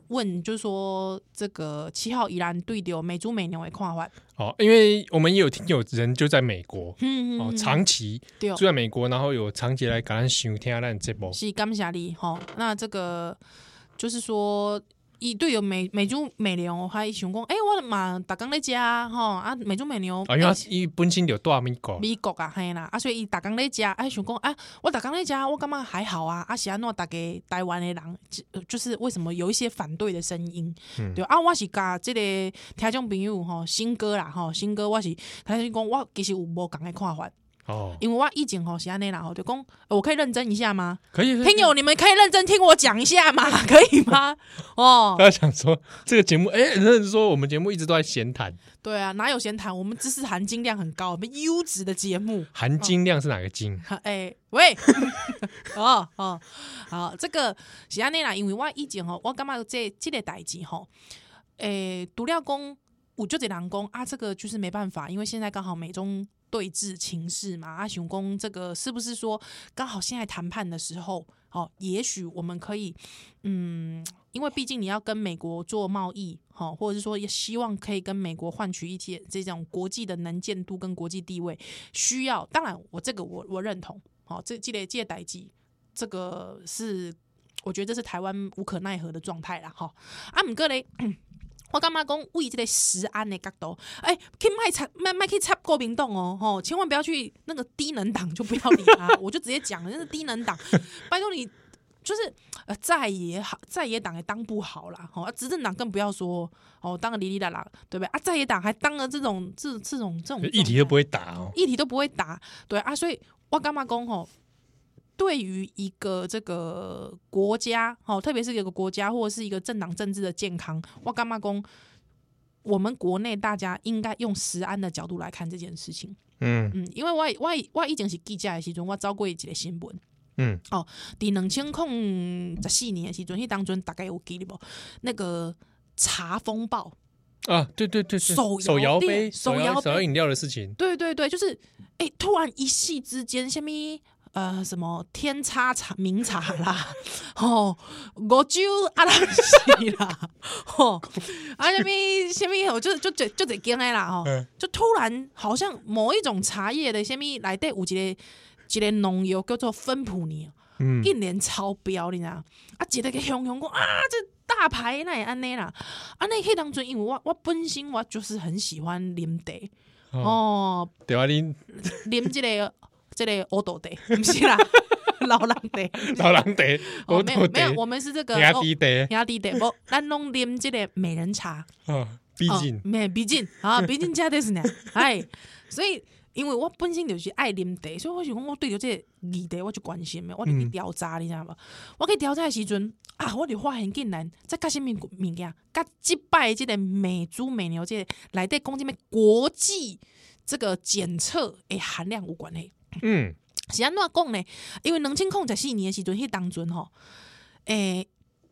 [SPEAKER 1] 问，就是说这个七号宜兰对流每猪每牛的看法。
[SPEAKER 2] 哦，因为我们也有听友人就在美国
[SPEAKER 1] 嗯，
[SPEAKER 2] 哦，长期
[SPEAKER 1] 对，
[SPEAKER 2] 住在美国，然后有长期来感恩收听咱的节目。
[SPEAKER 1] 是感谢你哈。那这个就是说，伊对有美美猪美牛，还想讲，诶、我嘛逐工咧食吼啊，美猪美牛。
[SPEAKER 2] 啊，因为他伊本身就住美国，
[SPEAKER 1] 美国啊，嘿啦，啊，所以伊逐工咧食，哎，想讲，啊，我逐工咧食，我感觉还好啊，啊，是安怎逐个台湾的人，就就是为什么有一些反对的声音，
[SPEAKER 2] 嗯
[SPEAKER 1] 对啊，我是甲即个听众朋友吼，新歌啦吼，新歌我是，他是讲我其实有无共的看法，
[SPEAKER 2] 哦，
[SPEAKER 1] 因为我以前吼是安尼啦吼，就讲、呃我可以认真一下吗？
[SPEAKER 2] 可以
[SPEAKER 1] 听友你们可以认真听我讲一下吗？可以吗？哦，
[SPEAKER 2] 大家想说这个节目，哎、很多人说我们节目一直都在闲谈，
[SPEAKER 1] 对啊，哪有闲谈？我们知识含金量很高，我们优质的节目。
[SPEAKER 2] 含金量是哪个金？
[SPEAKER 1] 哈哎、喂， 哦哦，好，这个是安尼啦，因为我以前吼，我感觉这这个代志吼，诶、除了讲，有就得人讲啊，这个就是没办法，因为现在刚好美中对峙情势嘛，啊，想讲这个是不是说刚好现在谈判的时候，哦，也许我们可以，嗯，因为毕竟你要跟美国做贸易，好、或者是说也希望可以跟美国换取一些这种国际的能见度跟国际地位，需要。当然，我这个我我认同，好、哦这这类这个代际，这个是我觉得这是台湾无可奈何的状态啦，吼、啊，毋过咧。我感觉讲为这个食安的角度，哎、去卖插卖卖去插国民党哦，吼、千万不要去那个低能党，就不要理他，我就直接讲，那是低能党，拜托你，就是呃在野好，在野党也当不好啦，吼、啊执政党更不要说哦，当个哩哩啦啦，对不对？啊，在野党还当了这种这这种这种
[SPEAKER 2] 议题
[SPEAKER 1] 状
[SPEAKER 2] 都
[SPEAKER 1] 态
[SPEAKER 2] 不会打哦。
[SPEAKER 1] 议题都不会答，对啊，所以我干嘛讲吼？对于一个这个国家，哦，特别是一个国家或者是一个政党政治的健康，我干嘛讲？我们国内大家应该用食安的角度来看这件事情。
[SPEAKER 2] 嗯
[SPEAKER 1] 嗯，因为我我我以前是记者的时阵，我走过一个新闻，
[SPEAKER 2] 嗯，
[SPEAKER 1] 伫两千零十四年的时阵，迄当中大概有记得无？那个茶风暴，
[SPEAKER 2] 啊，对对对对，
[SPEAKER 1] 手摇
[SPEAKER 2] 手摇杯、
[SPEAKER 1] 店
[SPEAKER 2] 手
[SPEAKER 1] 手摇
[SPEAKER 2] 摇
[SPEAKER 1] 杯
[SPEAKER 2] 手摇饮料的事情，
[SPEAKER 1] 对对对，就是哎、诶突然一夕之间，什么呃什么天差茶名茶啦， 吼、我就阿拉西啦， 吼、啊什么什么，我就就就就这间的啦，吼、
[SPEAKER 2] 嗯
[SPEAKER 1] 就突然好像某一种茶叶的什么来底有一个一个农药叫做芬普尼，
[SPEAKER 2] 嗯，
[SPEAKER 1] 一年超标，你知道？啊，一个个雄雄讲啊，这大牌那也安尼啦，安尼迄当阵，因为我我本身我就是很喜欢啉茶，
[SPEAKER 2] 哦，
[SPEAKER 1] 哦，
[SPEAKER 2] 对啊，你
[SPEAKER 1] 啉即、个即、个乌豆茶，毋是啦，老人茶。
[SPEAKER 2] 老狼得，
[SPEAKER 1] 哦，
[SPEAKER 2] 我
[SPEAKER 1] 没
[SPEAKER 2] 都
[SPEAKER 1] 有没有，
[SPEAKER 2] 得，
[SPEAKER 1] 我们是这个
[SPEAKER 2] 压
[SPEAKER 1] 哦
[SPEAKER 2] 低得
[SPEAKER 1] 兄弟茶，无咱拢啉即个美人茶。
[SPEAKER 2] 啊，毕
[SPEAKER 1] 哦
[SPEAKER 2] 竟，
[SPEAKER 1] 没毕竟啊，毕竟加的是呢，哎，所以因为我本身就是爱啉茶，所以我想讲我对着这个议题我就关心的，我就去
[SPEAKER 2] 嗯
[SPEAKER 1] 调查，你知道吗？我去调查的时阵啊，我就发现竟然在甲什么物件，甲即摆即个美猪美牛这个内底讲什么国际这个检测诶含量有关系。
[SPEAKER 2] 嗯，
[SPEAKER 1] 是安怎讲呢？因为两千零十四年的时阵，迄当阵吼，诶、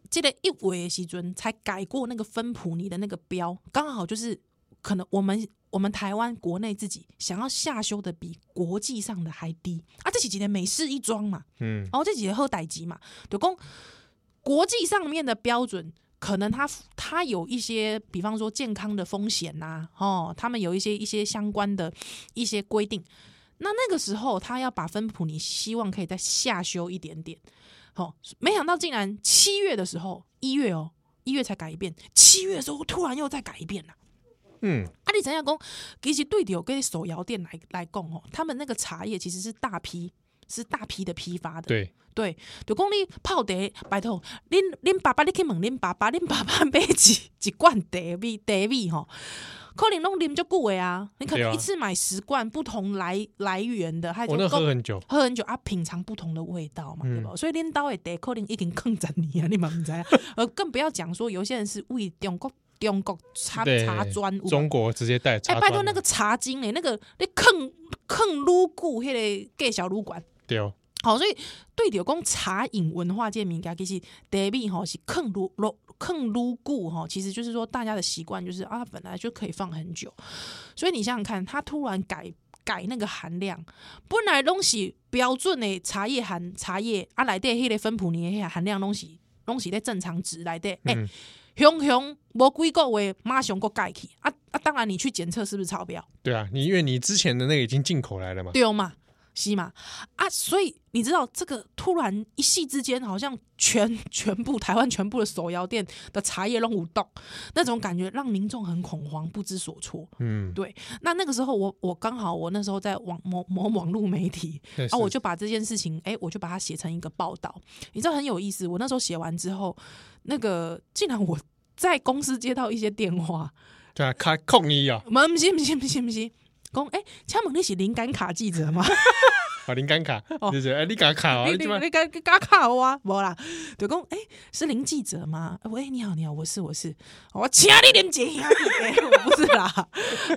[SPEAKER 1] 这个一月的时阵才改过那个芬普尼的那个标，刚好就是可能我们我们台湾国内自己想要下修的比国际上的还低啊，这是几年美式一桩嘛，
[SPEAKER 2] 嗯，
[SPEAKER 1] 哦，这几个喝代级嘛，就讲国际上面的标准，可能它它有一些，比方说健康的风险呐、哦，他们有一些一些相关的一些规定。那那个时候，他要把芬普尼希望可以再下修一点点，哦，没想到竟然七月的时候，一月哦，一月才改一遍，七月的时候突然又再改一遍了。
[SPEAKER 2] 嗯，
[SPEAKER 1] 啊，你怎样讲？其实对着跟手摇店来来讲哦，他们那个茶叶其实是大批是大批的批发的，
[SPEAKER 2] 对，
[SPEAKER 1] 对，就讲你泡茶，拜托，恁恁爸爸，你去问恁爸爸，恁爸爸买一一罐茶米茶米吼，可能拢啉足久的啊，你可
[SPEAKER 2] 对啊
[SPEAKER 1] 能一次买十罐不同来来源的，还
[SPEAKER 2] 我那喝很嗯久，
[SPEAKER 1] 喝很久啊，品尝不同的味道嘛，对吧？所以恁兜的茶可能已经更十年啊，你嘛 毋知啊，呃，更不要讲说有些人是为中国中国茶
[SPEAKER 2] 对
[SPEAKER 1] 茶砖有没有
[SPEAKER 2] 中国直接带
[SPEAKER 1] 哎、
[SPEAKER 2] 茶
[SPEAKER 1] 拜
[SPEAKER 2] 砖
[SPEAKER 1] 托那
[SPEAKER 2] 了
[SPEAKER 1] 个茶精哎、那个那坑坑撸固迄个给小撸管。
[SPEAKER 2] 对哦，
[SPEAKER 1] 好，所以对着讲茶饮文化这个名家，其实 David 吼是啊坑撸撸坑撸固吼，其实就是说大家的习惯就是啊，本来就可以放很久，所以你想想看，它突然改改那个含量，本来拢是标准的茶叶含茶叶啊，来底迄个分普尼迄个含量拢是拢是在正常值来底，哎、
[SPEAKER 2] 嗯
[SPEAKER 1] 熊熊无几个月马上个改去啊啊，当然你去检测是不是超标，
[SPEAKER 2] 对啊，你因为你之前的那个已经进口来了嘛，
[SPEAKER 1] 对嘛，是嘛啊，所以你知道这个突然一夕之间，好像全全部台湾全部的手摇店的茶叶弄舞动，那种感觉让民众很恐慌，不知所措。
[SPEAKER 2] 嗯，
[SPEAKER 1] 对，那那个时候我我刚好我那时候在网某某网络媒体
[SPEAKER 2] 对
[SPEAKER 1] 啊，我
[SPEAKER 2] 是
[SPEAKER 1] 就把这件事情，哎、我就把它写成一个报道，你知道很有意思。我那时候写完之后，那个竟然我在公司接到一些电话，
[SPEAKER 2] 对啊，卡控你啊，
[SPEAKER 1] 唔不是不是不是不是，讲哎，请问你是灵感卡记者吗？
[SPEAKER 2] 把灵感卡，
[SPEAKER 1] 哦
[SPEAKER 2] 就是哎，你敢卡哦，
[SPEAKER 1] 你
[SPEAKER 2] 你
[SPEAKER 1] 你
[SPEAKER 2] 怎么
[SPEAKER 1] 你敢敢卡我啊？无啦，就讲哎、是林记者吗？呃喂，你好，你好，我是我是，哦我请你林姐兄弟， 我不是啦，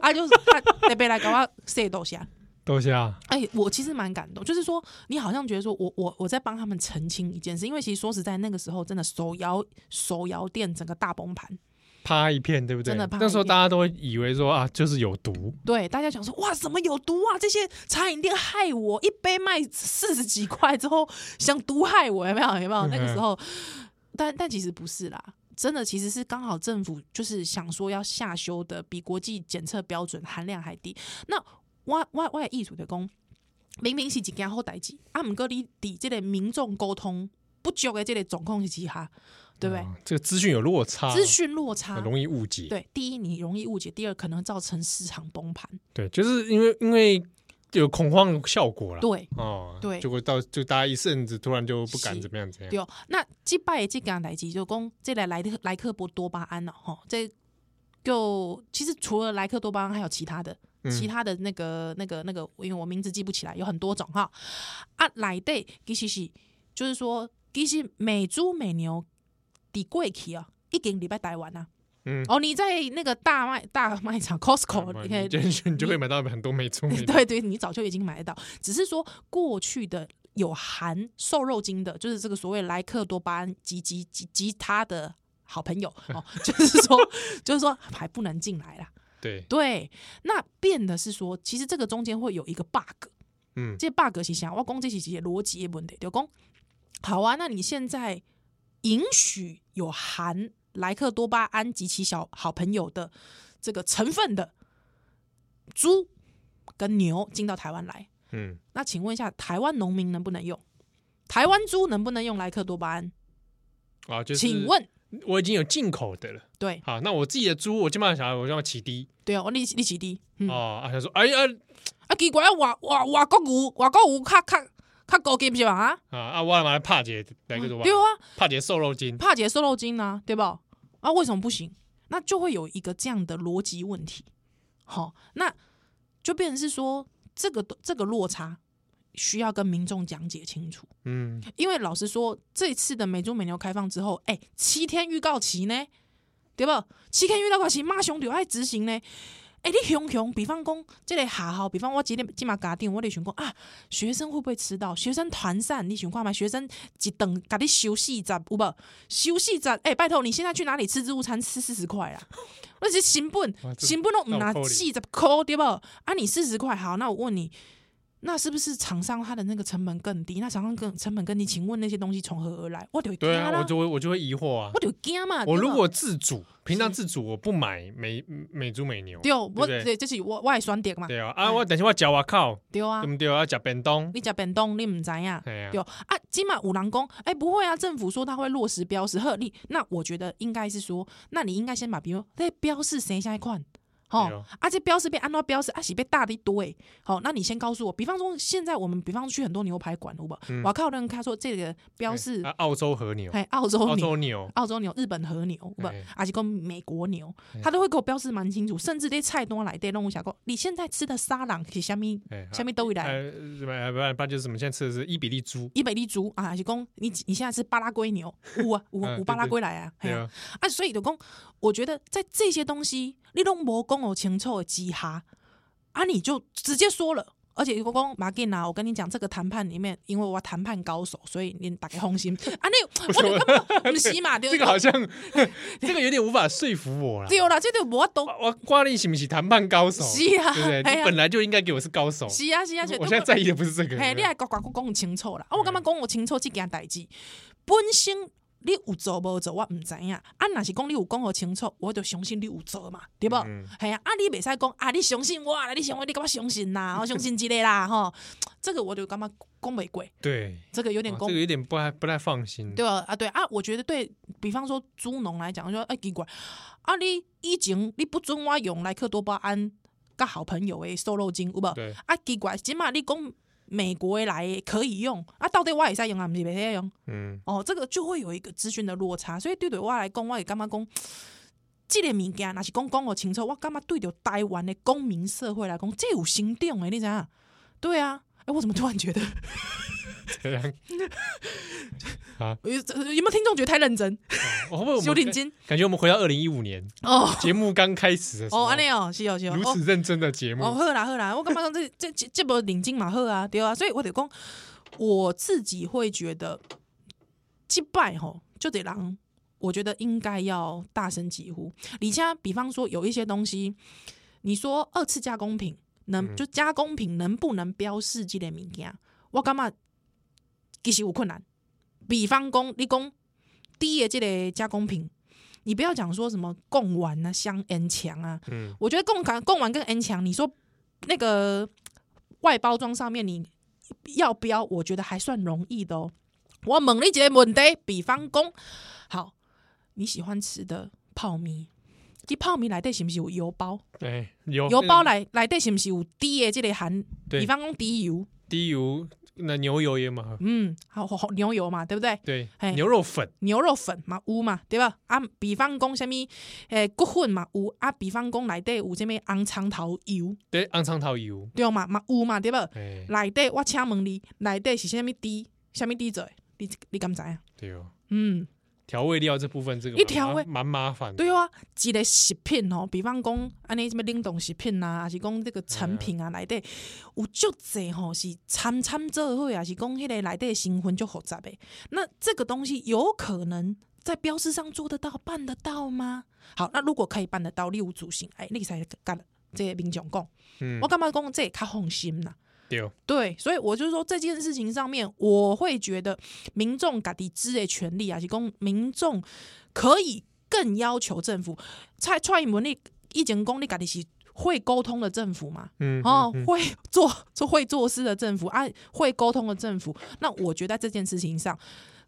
[SPEAKER 1] 啊，就是他特别来搞我说豆下。
[SPEAKER 2] 都是啊，
[SPEAKER 1] 哎、我其实蛮感动，就是说，你好像觉得说我我我在帮他们澄清一件事，因为其实说实在，那个时候真的手摇手摇店整个大崩盘，
[SPEAKER 2] 趴一片，对不对？
[SPEAKER 1] 真的趴一片
[SPEAKER 2] 那时候大家都以为说啊，就是有毒，
[SPEAKER 1] 对，大家想说哇，什么有毒啊？这些茶饮店害我，一杯卖四十几块之后想毒害我，有没有？有
[SPEAKER 2] 嗯
[SPEAKER 1] 没有？那个时候，但但其实不是啦，真的其实是刚好政府就是想说要下修的比国际检测标准含量还低。那我我我的意思的讲，明明是一件好代志，啊，毋过你伫这个民众沟通不足的这个状况是之下，对不对？
[SPEAKER 2] 啊这个资讯有落差，
[SPEAKER 1] 资讯落差
[SPEAKER 2] 啊很，容易误解，
[SPEAKER 1] 对，第一你容易误解，第二可能造成市场崩盘，
[SPEAKER 2] 对，就是因为因为有恐慌效果啦。
[SPEAKER 1] 对。
[SPEAKER 2] 哦，
[SPEAKER 1] 对
[SPEAKER 2] 结果到就大家一阵子突然就不敢
[SPEAKER 1] 是
[SPEAKER 2] 怎么样怎么样，
[SPEAKER 1] 对，那即摆的即件代志就讲，即个莱克莱克波多巴胺哦，吼，这就其实除了莱克多巴胺，还有其他的，
[SPEAKER 2] 嗯
[SPEAKER 1] 其他的那个那个那个，因为我名字记不起来，有很多种哈。啊，来底其实是就是说，其实美猪美牛抵过去啊，已经礼拜台湾啊。
[SPEAKER 2] 嗯
[SPEAKER 1] 哦，你在那个大卖大卖场 Costco，你可以
[SPEAKER 2] 你就你就会买到很多美中美
[SPEAKER 1] 对对，你早就已经买得到，只是说过去的有含瘦肉精的，就是这个所谓莱克多巴胺及及及及他的好朋友哦，就是说就是说还不能进来啦。
[SPEAKER 2] 对，
[SPEAKER 1] 对，那变的是说，其实这个中间会有一个 bug，
[SPEAKER 2] 嗯，
[SPEAKER 1] 这 bug 是啥？我讲这是一个逻辑的问题，就讲好啊，那你现在允许有含莱克多巴胺及其小好朋友的这个成分的猪跟牛进到台湾来，
[SPEAKER 2] 嗯，
[SPEAKER 1] 那请问一下，台湾农民能不能用？台湾猪能不能用莱克多巴胺？
[SPEAKER 2] 啊，就是
[SPEAKER 1] 请问，
[SPEAKER 2] 我已经有进口的了，啊
[SPEAKER 1] 对
[SPEAKER 2] 好，那我自己的猪，我今晚想要我让它起低
[SPEAKER 1] 对哦，利利息低，嗯、
[SPEAKER 2] 哦，啊，他说，哎呀
[SPEAKER 1] 啊，奇怪，外外外国牛，外国牛较较较高级是吧？啊，
[SPEAKER 2] 啊啊，我来怕姐来个什么
[SPEAKER 1] 对，啊，
[SPEAKER 2] 怕姐瘦肉精，
[SPEAKER 1] 帕杰瘦肉精啊，对吧？啊，为什么不行？那就会有一个这样的逻辑问题。好、那就变成是说，这个这个落差需要跟民众讲解清楚。
[SPEAKER 2] 嗯，
[SPEAKER 1] 因为老实说，这次的美猪美牛开放之后，哎、七天预告期呢，对吧？七天预告期，马上就爱执行呢。哎、你熊熊，比方讲，这个下好，比方我今天今嘛家定，我得想讲啊，学生会不会迟到？学生团散，你想看嘛？学生一顿给你休息十，有无？休息十，哎、拜托，你现在去哪里吃自助餐吃四十块啦？ 那是成本
[SPEAKER 2] 哇，这
[SPEAKER 1] 成本都唔拿
[SPEAKER 2] 倒扣
[SPEAKER 1] 四十块，对不？啊，你四十块好，那我问你，那是不是厂商它的那个成本更低？那厂商更成本更低，请问那些东西从何而来？我就
[SPEAKER 2] 对
[SPEAKER 1] 惊啦
[SPEAKER 2] 啊，我就会我就会疑惑啊
[SPEAKER 1] 我，就惊嘛。
[SPEAKER 2] 我
[SPEAKER 1] 对吧
[SPEAKER 2] 如果自主，平常自主我不买美美猪美牛，
[SPEAKER 1] 对，我
[SPEAKER 2] 对不对
[SPEAKER 1] 对这是我我的选择嘛，
[SPEAKER 2] 对啊，啊，我等下我脚我靠，
[SPEAKER 1] 对啊
[SPEAKER 2] 对，不对？要吃便当，
[SPEAKER 1] 你食便当你唔知呀。
[SPEAKER 2] 哎呀
[SPEAKER 1] 对，啊，起码有人讲，哎、不会啊，政府说他会落实标示，呵，你那我觉得应该是说，那你应该先把，比如那标示谁先款，
[SPEAKER 2] 对
[SPEAKER 1] 哦
[SPEAKER 2] 哦，
[SPEAKER 1] 啊，这标示被安装标示，啊，是被大的堆，好、那你先告诉我，比方说现在我们，比方说去很多牛排馆，好不好？
[SPEAKER 2] 嗯
[SPEAKER 1] 我靠，人他说这个标示，
[SPEAKER 2] 啊，澳洲和牛，
[SPEAKER 1] 哎、澳洲
[SPEAKER 2] 澳
[SPEAKER 1] 牛。
[SPEAKER 2] 洲牛，
[SPEAKER 1] 澳洲牛、日本和牛，不
[SPEAKER 2] 哎，
[SPEAKER 1] 而且跟美国牛
[SPEAKER 2] 哎，
[SPEAKER 1] 他都会给我标示蛮清楚，甚至这菜单来对弄下过。你现在吃的沙朗是虾米？
[SPEAKER 2] 哎，
[SPEAKER 1] 虾米都会来？
[SPEAKER 2] 呃，什么？不然不然就是什么？现在吃的是伊比利猪，
[SPEAKER 1] 伊比利猪啊，还是讲你你现在是巴拉 圭牛，有啊有
[SPEAKER 2] 嗯
[SPEAKER 1] 啊
[SPEAKER 2] 对
[SPEAKER 1] 有巴拉圭来啊，嘿
[SPEAKER 2] 对
[SPEAKER 1] 啊
[SPEAKER 2] 啊，
[SPEAKER 1] 啊，所以就讲，我觉得在这些东西你都无讲有清楚的之下，啊，你就直接说了，而且如果讲马吉拿，我跟你讲，这个谈判里面，因为我谈判高手，所以你打开红 心啊，那我就根本不是嘛，对
[SPEAKER 2] 这个好像这个有点无法说服我啦。
[SPEAKER 1] 对啦，这个我都
[SPEAKER 2] 我瓜你是不是谈判高手？
[SPEAKER 1] 是啊
[SPEAKER 2] 对不对？
[SPEAKER 1] 哎
[SPEAKER 2] 你
[SPEAKER 1] 呀
[SPEAKER 2] 本来就应该给我是高手。
[SPEAKER 1] 是啊是啊，是啊
[SPEAKER 2] 我现在在意的不是这个。
[SPEAKER 1] 嘿，你还呱呱呱讲清楚啦！啊，我感觉讲我清楚即件代志，本身你有做无做，我毋知影。啊，若是讲你有讲互清楚，我就相信你有做嘛，对无？
[SPEAKER 2] 嗯
[SPEAKER 1] 系啊，啊，你袂使讲啊，你相信我啦，你相信我，你甲我相 信啦，我相信即个啦，吼，这个我就感觉讲袂过，
[SPEAKER 2] 对，
[SPEAKER 1] 这个有
[SPEAKER 2] 有
[SPEAKER 1] 点
[SPEAKER 2] 哦这
[SPEAKER 1] 讲
[SPEAKER 2] 个有点不太不太放心。
[SPEAKER 1] 对吧？啊，对啊，我觉得对比方说猪农来讲，就说哎、奇怪，啊你以前你不准我用莱克多巴胺甲好朋友的瘦肉精，有无？
[SPEAKER 2] 对
[SPEAKER 1] 啊奇怪，即码你讲美国的来的可以用，啊到底我会使用啊，毋是袂使用？
[SPEAKER 2] 嗯，
[SPEAKER 1] 哦，这个就会有一个资讯的落差，所以对对我来讲，我会感觉讲。即个物件，若是讲讲互清楚，我感觉对着台湾的公民社会来讲，这有行动诶，你知影？对啊，哎、我怎么突然觉得，
[SPEAKER 2] 这样啊，
[SPEAKER 1] 有有没有听众觉得太认真？
[SPEAKER 2] 我哦会不会我们
[SPEAKER 1] 有点惊
[SPEAKER 2] 感觉我们回到二零一五年
[SPEAKER 1] 哦，
[SPEAKER 2] 节目刚开始的时候，
[SPEAKER 1] 哦，安尼哦，是哦是哦，
[SPEAKER 2] 如
[SPEAKER 1] 哦
[SPEAKER 2] 此认真的节目
[SPEAKER 1] 哦，，好啦好啦，我感觉讲这 这这这波领金嘛好啊，对啊，所以我得讲我自己会觉得，击败吼就得人，我觉得应该要大声疾呼。你像比方说有一些东西，你说二次加工品能、
[SPEAKER 2] 嗯
[SPEAKER 1] 就加工品能不能标示这类物件，我感觉其实有困难。比方讲，你讲第一个这类加工品，你不要讲说什么贡丸啊、香 N 强啊，
[SPEAKER 2] 嗯，
[SPEAKER 1] 我觉得贡港贡丸跟 N 强，你说那个外包装上面你要标，我觉得还算容易的哦。我问你一个问题，比方讲，好，你喜欢吃的泡面，你泡面内底是不是有油包？
[SPEAKER 2] 哦对，有
[SPEAKER 1] 油包来内底是不是有低的这个含？
[SPEAKER 2] 对
[SPEAKER 1] 比方讲低油，
[SPEAKER 2] 低油，那牛油也蛮好，
[SPEAKER 1] 嗯，好好好牛油嘛，对不对？
[SPEAKER 2] 对
[SPEAKER 1] 嘿，
[SPEAKER 2] 牛肉粉，
[SPEAKER 1] 牛肉粉嘛有嘛，对吧？啊，比方讲什么，诶、骨粉嘛有啊，比方讲内底有什么红葱头油，
[SPEAKER 2] 对，昂长桃油，
[SPEAKER 1] 对嘛嘛有嘛，对吧？
[SPEAKER 2] 哎，
[SPEAKER 1] 内底我请问你，内底是啥物猪？啥物猪做的？你你敢知啊？
[SPEAKER 2] 对哦，
[SPEAKER 1] 嗯，
[SPEAKER 2] 调味料这部分这个
[SPEAKER 1] 一调味
[SPEAKER 2] 蛮蛮麻烦的，
[SPEAKER 1] 对啊，一个食品哦，比方讲安尼什么冷冻食品啊，还是讲这个成品啊，内底、有足济吼是参参做伙，还是讲迄个内底的成分就复杂的。那这个东西有可能在标志上做得到、办得到吗？好，那如果可以办得到，例如主行，哎，你才干了。这个民众讲，
[SPEAKER 2] 嗯
[SPEAKER 1] 我，感觉讲这也较放心啦。
[SPEAKER 2] 对哦，
[SPEAKER 1] 对，所以我就说这件事情上面，我会觉得民众家己知的权利啊，是讲民众可以更要求政府。蔡蔡英文你以前讲你家己是会沟通的政府嘛，
[SPEAKER 2] 嗯，
[SPEAKER 1] 哦
[SPEAKER 2] 嗯，嗯
[SPEAKER 1] 会做做会做事的政府啊，会沟通的政府。那我觉得在这件事情上，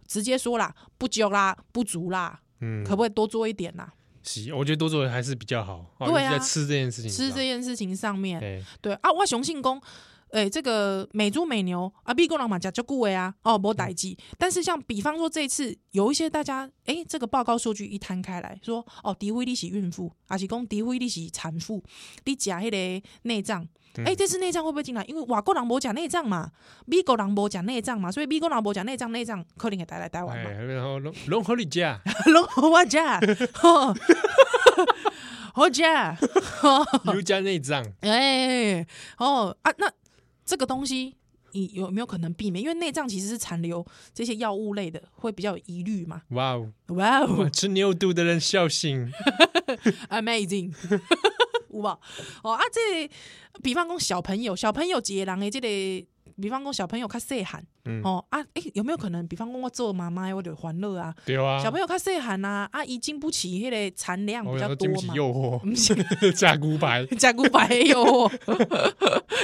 [SPEAKER 1] 直接说啦，不足啦，不足啦，
[SPEAKER 2] 嗯，
[SPEAKER 1] 可不可以多做一点啦？
[SPEAKER 2] 是，我觉得多做还是比较好，哦
[SPEAKER 1] 对啊
[SPEAKER 2] 尤其在吃这件事情
[SPEAKER 1] 吃
[SPEAKER 2] 上，
[SPEAKER 1] 这件事情上面，
[SPEAKER 2] 哎，
[SPEAKER 1] 对啊，我雄性公，诶、这个美猪美牛啊，美国人嘛食足久的啊，哦，无代志。但是像比方说这一次有一些大家，诶、这个报告数据一摊开来说，哦，诋毁你是孕妇，还是讲诋毁你是产妇，你食迄个内脏。诶、这次内脏会不会进来？因为外国人无食内脏嘛，美国人无食内脏嘛，所以美国人无食内脏，内脏可能会带来台湾
[SPEAKER 2] 哎，
[SPEAKER 1] 嘛。
[SPEAKER 2] 然后龙龙合你家，
[SPEAKER 1] 拢好我食，吼 好食。
[SPEAKER 2] 油加内脏，
[SPEAKER 1] 哎、哦啊，那这个东西你有没有可能避免？因为内脏其实是残留这些药物类的，会比较有疑虑嘛。
[SPEAKER 2] 哇哦，
[SPEAKER 1] 哇哦
[SPEAKER 2] 吃牛肚的人小心，
[SPEAKER 1] ，amazing，有吧？哦啊，这比方讲小朋友，小朋友一个人的这个。比方讲，小朋友较细汉，
[SPEAKER 2] 嗯
[SPEAKER 1] 哦啊，诶、有没有可能？比方讲，我做妈妈，我就欢乐啊。
[SPEAKER 2] 对啊，
[SPEAKER 1] 小朋友较细汉啊，啊，伊经不起迄个产量
[SPEAKER 2] 我
[SPEAKER 1] 比
[SPEAKER 2] 想说
[SPEAKER 1] 较多
[SPEAKER 2] 经不起
[SPEAKER 1] 嘛。嗯
[SPEAKER 2] 诱 惑，
[SPEAKER 1] 不是
[SPEAKER 2] 炸骨 白，
[SPEAKER 1] 加古白哟，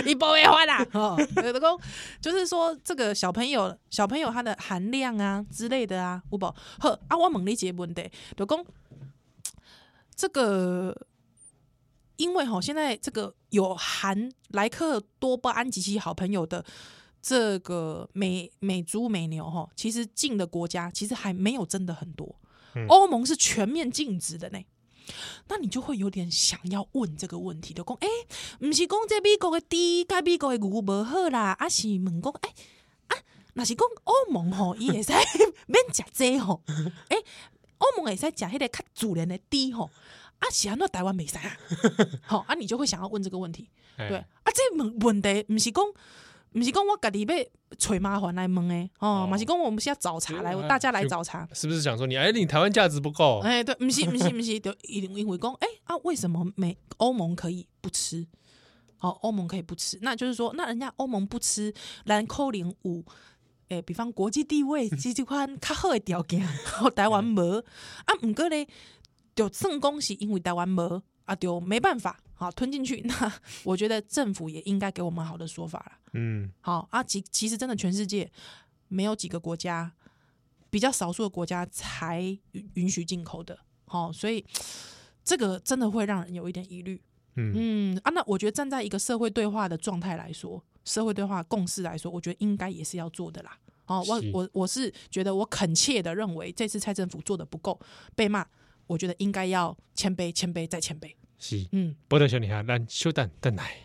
[SPEAKER 1] 你不会花啦。哦，就是讲，就是说这个小朋友，小朋友他的含量啊之类的啊，有无？好啊，我问你一个问题，就讲这个，因为吼现在这个有含莱克多巴胺及其好朋友的。这个美美猪美牛哈，其实进的国家其实还没有真的很多
[SPEAKER 2] 嗯，
[SPEAKER 1] 欧、盟是全面禁止的呢。那你就会有点想要问这个问题，就讲，诶、毋是讲这美国的猪甲美国的牛无好啦，啊是问讲，诶、啊，若是讲欧盟吼，伊欸会使啊欸免食这吼，诶、欧盟会使食迄个较自然的猪吼，啊，喜安那台湾没赛啊，好啊，你就会想要问这个问题，
[SPEAKER 2] 哎
[SPEAKER 1] 对，啊，这问问题不是讲。不是讲我家己要找麻烦来问诶，哦
[SPEAKER 2] 哦，
[SPEAKER 1] 嘛、是讲我们是要找茬来，
[SPEAKER 2] 对啊
[SPEAKER 1] 大家来找茬。
[SPEAKER 2] 是不是想说你哎，你台湾价值不够？
[SPEAKER 1] 哎、对，不是不是不是，就一定因为讲，哎、啊，为什么美欧盟可以不吃？哦，欧盟可以不吃，那就是说，那人家欧盟不吃兰扣零五，哎、比方国际地位这这款较好的条件，哦，台湾无啊，唔过咧，就算讲是因为台湾无啊，就没办法，好、吞进去。那我觉得政府也应该给我们好的说法啦。
[SPEAKER 2] 嗯，
[SPEAKER 1] 好啊，其其实真的全世界没有几个国家，比较少数的国家才允允许进口的。好、所以这个真的会让人有一点疑虑。
[SPEAKER 2] 嗯
[SPEAKER 1] 嗯啊，那我觉得站在一个社会对话的状态来说，社会对话共识来说，我觉得应该也是要做的啦。哦，我
[SPEAKER 2] 是
[SPEAKER 1] 我我是觉得我恳切的认为这次蔡政府做的不够，被骂，我觉得应该要谦卑、谦卑再谦卑。
[SPEAKER 2] 是。
[SPEAKER 1] 嗯，
[SPEAKER 2] 波特小女孩，咱稍等等来。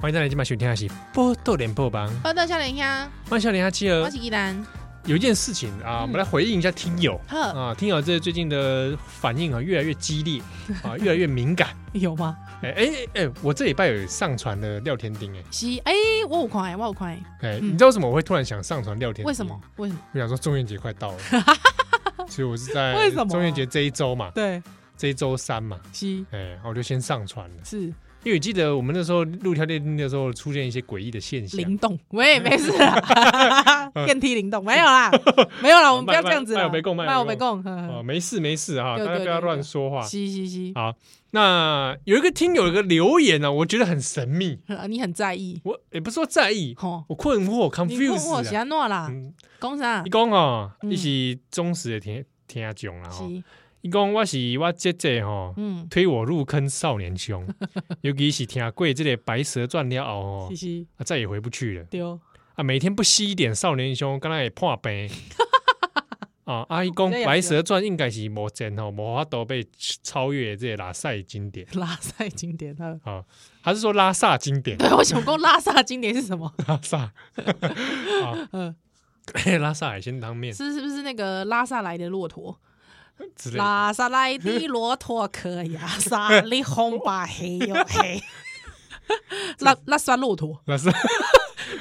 [SPEAKER 2] 欢迎再来今晚收听的是波特连破榜，
[SPEAKER 1] 好的，夏莲香，
[SPEAKER 2] 欢迎小林阿七儿
[SPEAKER 1] 我。是依兰，
[SPEAKER 2] 有一件事情
[SPEAKER 1] 嗯
[SPEAKER 2] 啊，我们来回应一下听友
[SPEAKER 1] 呵
[SPEAKER 2] 啊，听友这最近的反应啊越来越激 烈啊，越来越敏感。
[SPEAKER 1] 有吗？
[SPEAKER 2] 哎哎哎，哎我这礼拜有上传了廖天丁哎
[SPEAKER 1] 是哎、我有看、欸，我有看、欸。
[SPEAKER 2] 哎，
[SPEAKER 1] 嗯
[SPEAKER 2] 你知道为什么我会突然想上传廖天？
[SPEAKER 1] 为什么？？为什么？
[SPEAKER 2] 我想说中元节快 到了，所以我是在
[SPEAKER 1] 为什么啊
[SPEAKER 2] 中元节这一周嘛，
[SPEAKER 1] 对，
[SPEAKER 2] 这一周三嘛，
[SPEAKER 1] 是
[SPEAKER 2] 哎，然后我就先上传了。
[SPEAKER 1] 是
[SPEAKER 2] 因为我记得我们那时候录条列丁的时候，出现一些诡异的现象。
[SPEAKER 1] 灵动， 喂，没事啦，电梯灵动没有啦，没有啦，我们不要这样子啦，
[SPEAKER 2] 哦卖卖卖有没供卖有没
[SPEAKER 1] 卖我没供，呵
[SPEAKER 2] 哦，
[SPEAKER 1] 呵
[SPEAKER 2] 没事没事哈，
[SPEAKER 1] 对
[SPEAKER 2] 大家
[SPEAKER 1] 对
[SPEAKER 2] 不要
[SPEAKER 1] 对
[SPEAKER 2] 乱
[SPEAKER 1] 对
[SPEAKER 2] 说话。
[SPEAKER 1] 嘻嘻嘻，
[SPEAKER 2] 那有一个听友有一个留言呢、啊我觉得很神秘，
[SPEAKER 1] 呃你很在意，
[SPEAKER 2] 我也不是说在意，
[SPEAKER 1] 吼，
[SPEAKER 2] 我困惑
[SPEAKER 1] 你问我
[SPEAKER 2] confused
[SPEAKER 1] 喜
[SPEAKER 2] 啊。
[SPEAKER 1] 安诺啦，
[SPEAKER 2] 嗯，
[SPEAKER 1] 讲啥
[SPEAKER 2] 伊？讲哦，
[SPEAKER 1] 嗯
[SPEAKER 2] 伊是忠实的听听阿囧啦吼，
[SPEAKER 1] 是，
[SPEAKER 2] 伊讲我是我姐姐吼。
[SPEAKER 1] 嗯，
[SPEAKER 2] 推我入坑少年 兄，尤其是听过这个《白蛇传》了后哦
[SPEAKER 1] 嘻，嘻，
[SPEAKER 2] 啊再也回不去了
[SPEAKER 1] 丢，
[SPEAKER 2] 啊！每天不吸一点少年兄，刚才也破 病啊！阿姨讲
[SPEAKER 1] 这也
[SPEAKER 2] 《
[SPEAKER 1] 是
[SPEAKER 2] 白蛇传》应该是无真吼，无法度被超越这个拉塞经典。
[SPEAKER 1] 拉萨经 典，呵
[SPEAKER 2] 啊，还是说拉萨经典？
[SPEAKER 1] 对我想讲拉萨经典是什么？
[SPEAKER 2] 拉萨啊，
[SPEAKER 1] 嗯，
[SPEAKER 2] 拉萨海鲜汤面
[SPEAKER 1] 是是不是那个拉萨来的骆驼？
[SPEAKER 2] 之类的。
[SPEAKER 1] 拉萨来的骆驼可呀，萨里红把黑哟黑。拉拉萨骆驼，
[SPEAKER 2] 拉 萨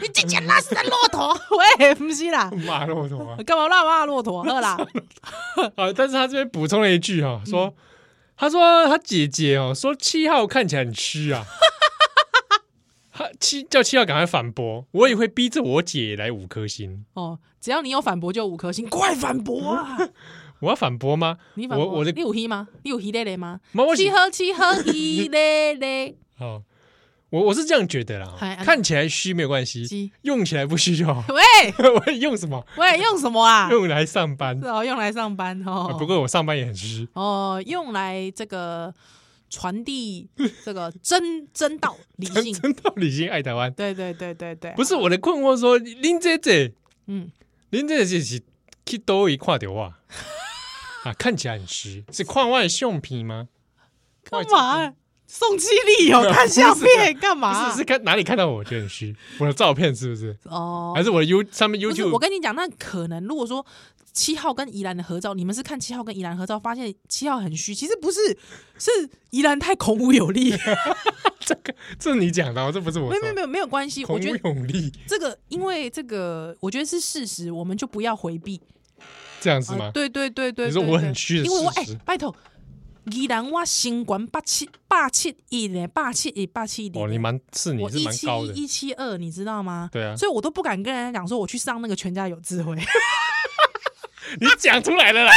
[SPEAKER 1] 你这叫拉萨骆驼？ 喂，不是啦，
[SPEAKER 2] 骂骆 驼啊
[SPEAKER 1] 干嘛乱骂骆 驼？呵啦，
[SPEAKER 2] 啊！但是他这边补充了一句
[SPEAKER 1] 嗯
[SPEAKER 2] 哈，说他说他姐姐哦，说七号看起来很虚 啊。他七叫七号赶快反驳，我也会逼着我姐来五颗星。
[SPEAKER 1] 哦，只要你有反驳就五颗 星，快反驳啊！
[SPEAKER 2] 我要反驳吗？
[SPEAKER 1] 你反驳，
[SPEAKER 2] 我我的
[SPEAKER 1] 你有黑吗？你有黑嘞嘞吗？
[SPEAKER 2] 妈，我
[SPEAKER 1] 七
[SPEAKER 2] 喜
[SPEAKER 1] 喝七喝黑嘞 嘞，
[SPEAKER 2] 好，哦我我是这样觉得啦
[SPEAKER 1] 嗨。啊
[SPEAKER 2] 看起来虚没有关系，
[SPEAKER 1] 鸡
[SPEAKER 2] 用起来不虚就
[SPEAKER 1] 。
[SPEAKER 2] 好
[SPEAKER 1] 喂
[SPEAKER 2] 我用什么？
[SPEAKER 1] 喂，用什么 啊？
[SPEAKER 2] 用来上班
[SPEAKER 1] 是。哦，用来上班
[SPEAKER 2] 啊
[SPEAKER 1] 哦。
[SPEAKER 2] 不过我上班也很虚。
[SPEAKER 1] 哦，用来这个传递这个真真道理性，
[SPEAKER 2] 真道理性爱台 湾。
[SPEAKER 1] 对对对对对，
[SPEAKER 2] 不是我的困惑说，林姐姐，
[SPEAKER 1] 嗯，
[SPEAKER 2] 林姐姐是去多一跨掉 哇，啊，看起来很虚，是看外相片吗？
[SPEAKER 1] 干
[SPEAKER 2] 外照
[SPEAKER 1] 嘛？宋七力 哦，看相片干嘛？
[SPEAKER 2] 片？不是是看哪里看到我觉得很虚，我的照片是不是？
[SPEAKER 1] 哦
[SPEAKER 2] 还，是我的 You 上面
[SPEAKER 1] 不是，我
[SPEAKER 2] YouTube？
[SPEAKER 1] 跟你讲，那可能如果说七号跟宜兰的合照，你们是看七号跟宜兰合照，发现七号很虚，其实不是，是宜兰太孔武有力，
[SPEAKER 2] 这个这是你讲的哦，这不是我
[SPEAKER 1] 没有没
[SPEAKER 2] 说的。
[SPEAKER 1] 有没有没有关系，我
[SPEAKER 2] 孔
[SPEAKER 1] 觉
[SPEAKER 2] 武
[SPEAKER 1] 得
[SPEAKER 2] 有力
[SPEAKER 1] 这个因为这个我觉得是事实，我们就不要回避，
[SPEAKER 2] 这样子
[SPEAKER 1] 啊
[SPEAKER 2] 吗？
[SPEAKER 1] 对对对对，
[SPEAKER 2] 你说
[SPEAKER 1] 对
[SPEAKER 2] 我
[SPEAKER 1] 对
[SPEAKER 2] 很虚的
[SPEAKER 1] 因为我
[SPEAKER 2] 事
[SPEAKER 1] 哎、
[SPEAKER 2] 实
[SPEAKER 1] 拜托，宜兰我新冠八七八七一呢，八七一八七零，
[SPEAKER 2] 哦，你蛮是你
[SPEAKER 1] 我
[SPEAKER 2] 是
[SPEAKER 1] 一
[SPEAKER 2] 蛮
[SPEAKER 1] 七
[SPEAKER 2] 高的，
[SPEAKER 1] 一一七二，你知道吗？
[SPEAKER 2] 对啊，
[SPEAKER 1] 所以我都不敢跟人家讲说我去上那个全家有智慧，
[SPEAKER 2] 你讲出来了啦，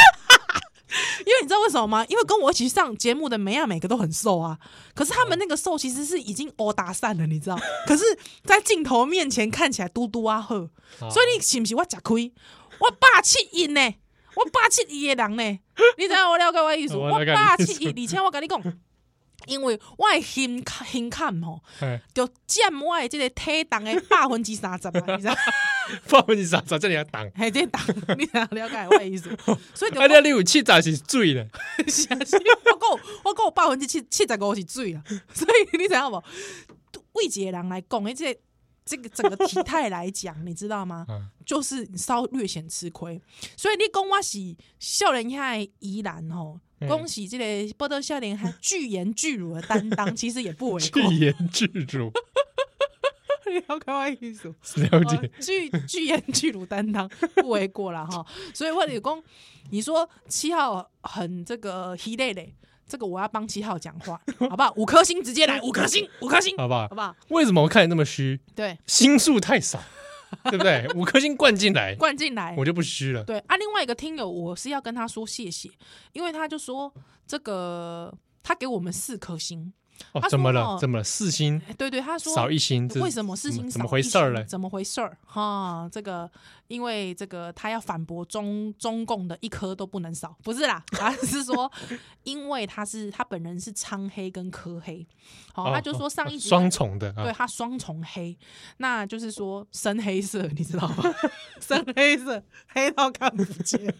[SPEAKER 1] 因为你知道为什么吗？因为跟我一起上节目的梅亚每个都很瘦啊，可是他们那个瘦其实是已经殴打散了，你知道？可是，在镜头面前看起来嘟嘟啊呵，
[SPEAKER 2] 哦
[SPEAKER 1] 所以你是不是我吃亏？我霸气赢呢，我霸气赢的人呢？你知道我了解我的意思？
[SPEAKER 2] 我
[SPEAKER 1] 我
[SPEAKER 2] 了解你的
[SPEAKER 1] 霸
[SPEAKER 2] 意
[SPEAKER 1] 气赢，而且我跟你讲，因为我的胸胸坎吼，
[SPEAKER 2] 哎，
[SPEAKER 1] 就占我的这个体重的百分之三十啦，你知道？
[SPEAKER 2] 不然你啥啥这里要挡，
[SPEAKER 1] 还在打，你哪了解我的意思？ 所以就
[SPEAKER 2] 啊，你六七咋是醉了？
[SPEAKER 1] 是啊，是啊我讲我讲有百分之七七十五是水啊， 所以你知道无？为一个人来讲，诶，这这个整个体态来讲，你知 道吗？
[SPEAKER 2] 啊，
[SPEAKER 1] 就是稍略显吃亏，所以你讲我是少年派宜兰吼，
[SPEAKER 2] 嗯
[SPEAKER 1] 恭喜这个波多少年派巨言巨乳的担当，其实也不 为
[SPEAKER 2] 巨
[SPEAKER 1] 过。
[SPEAKER 2] 嗯言巨乳，
[SPEAKER 1] 你好可爱意思。
[SPEAKER 2] 了
[SPEAKER 1] 哦
[SPEAKER 2] 解，
[SPEAKER 1] 巨巨言 巨乳担当不为过啦哈。所以我得讲，你说七号很这个稀累累，这个我要帮七号讲话，好不好？五颗星直接来，五颗星，五颗星，
[SPEAKER 2] 好不好
[SPEAKER 1] 好？不好？
[SPEAKER 2] 为什么我看你那么虚？
[SPEAKER 1] 对，
[SPEAKER 2] 心数太 少，对不对？五颗星灌进来，
[SPEAKER 1] 灌进来。
[SPEAKER 2] 我就不虚了。
[SPEAKER 1] 对啊，另外一个听友，我是要跟他说谢谢，因为他就说这个他给我们四颗星，
[SPEAKER 2] 哦
[SPEAKER 1] 他，说
[SPEAKER 2] 怎么
[SPEAKER 1] 哦
[SPEAKER 2] 了？怎么了？四星
[SPEAKER 1] 哎对对，他说
[SPEAKER 2] 少一星，这
[SPEAKER 1] 为什么事情
[SPEAKER 2] 怎么
[SPEAKER 1] 少
[SPEAKER 2] 回
[SPEAKER 1] 一
[SPEAKER 2] 事儿
[SPEAKER 1] 些
[SPEAKER 2] 嘞？
[SPEAKER 1] 怎么回事儿？哈，这个因为这个他要反驳中中共的一颗都不能少，不是啦，他 是说因为他是他本人是苍黑跟科黑，好、
[SPEAKER 2] 哦
[SPEAKER 1] 他就说上一集
[SPEAKER 2] 双重的
[SPEAKER 1] 对
[SPEAKER 2] 啊，
[SPEAKER 1] 他双重黑，那就是说深黑色，你知道吗？深黑色，黑到看不见。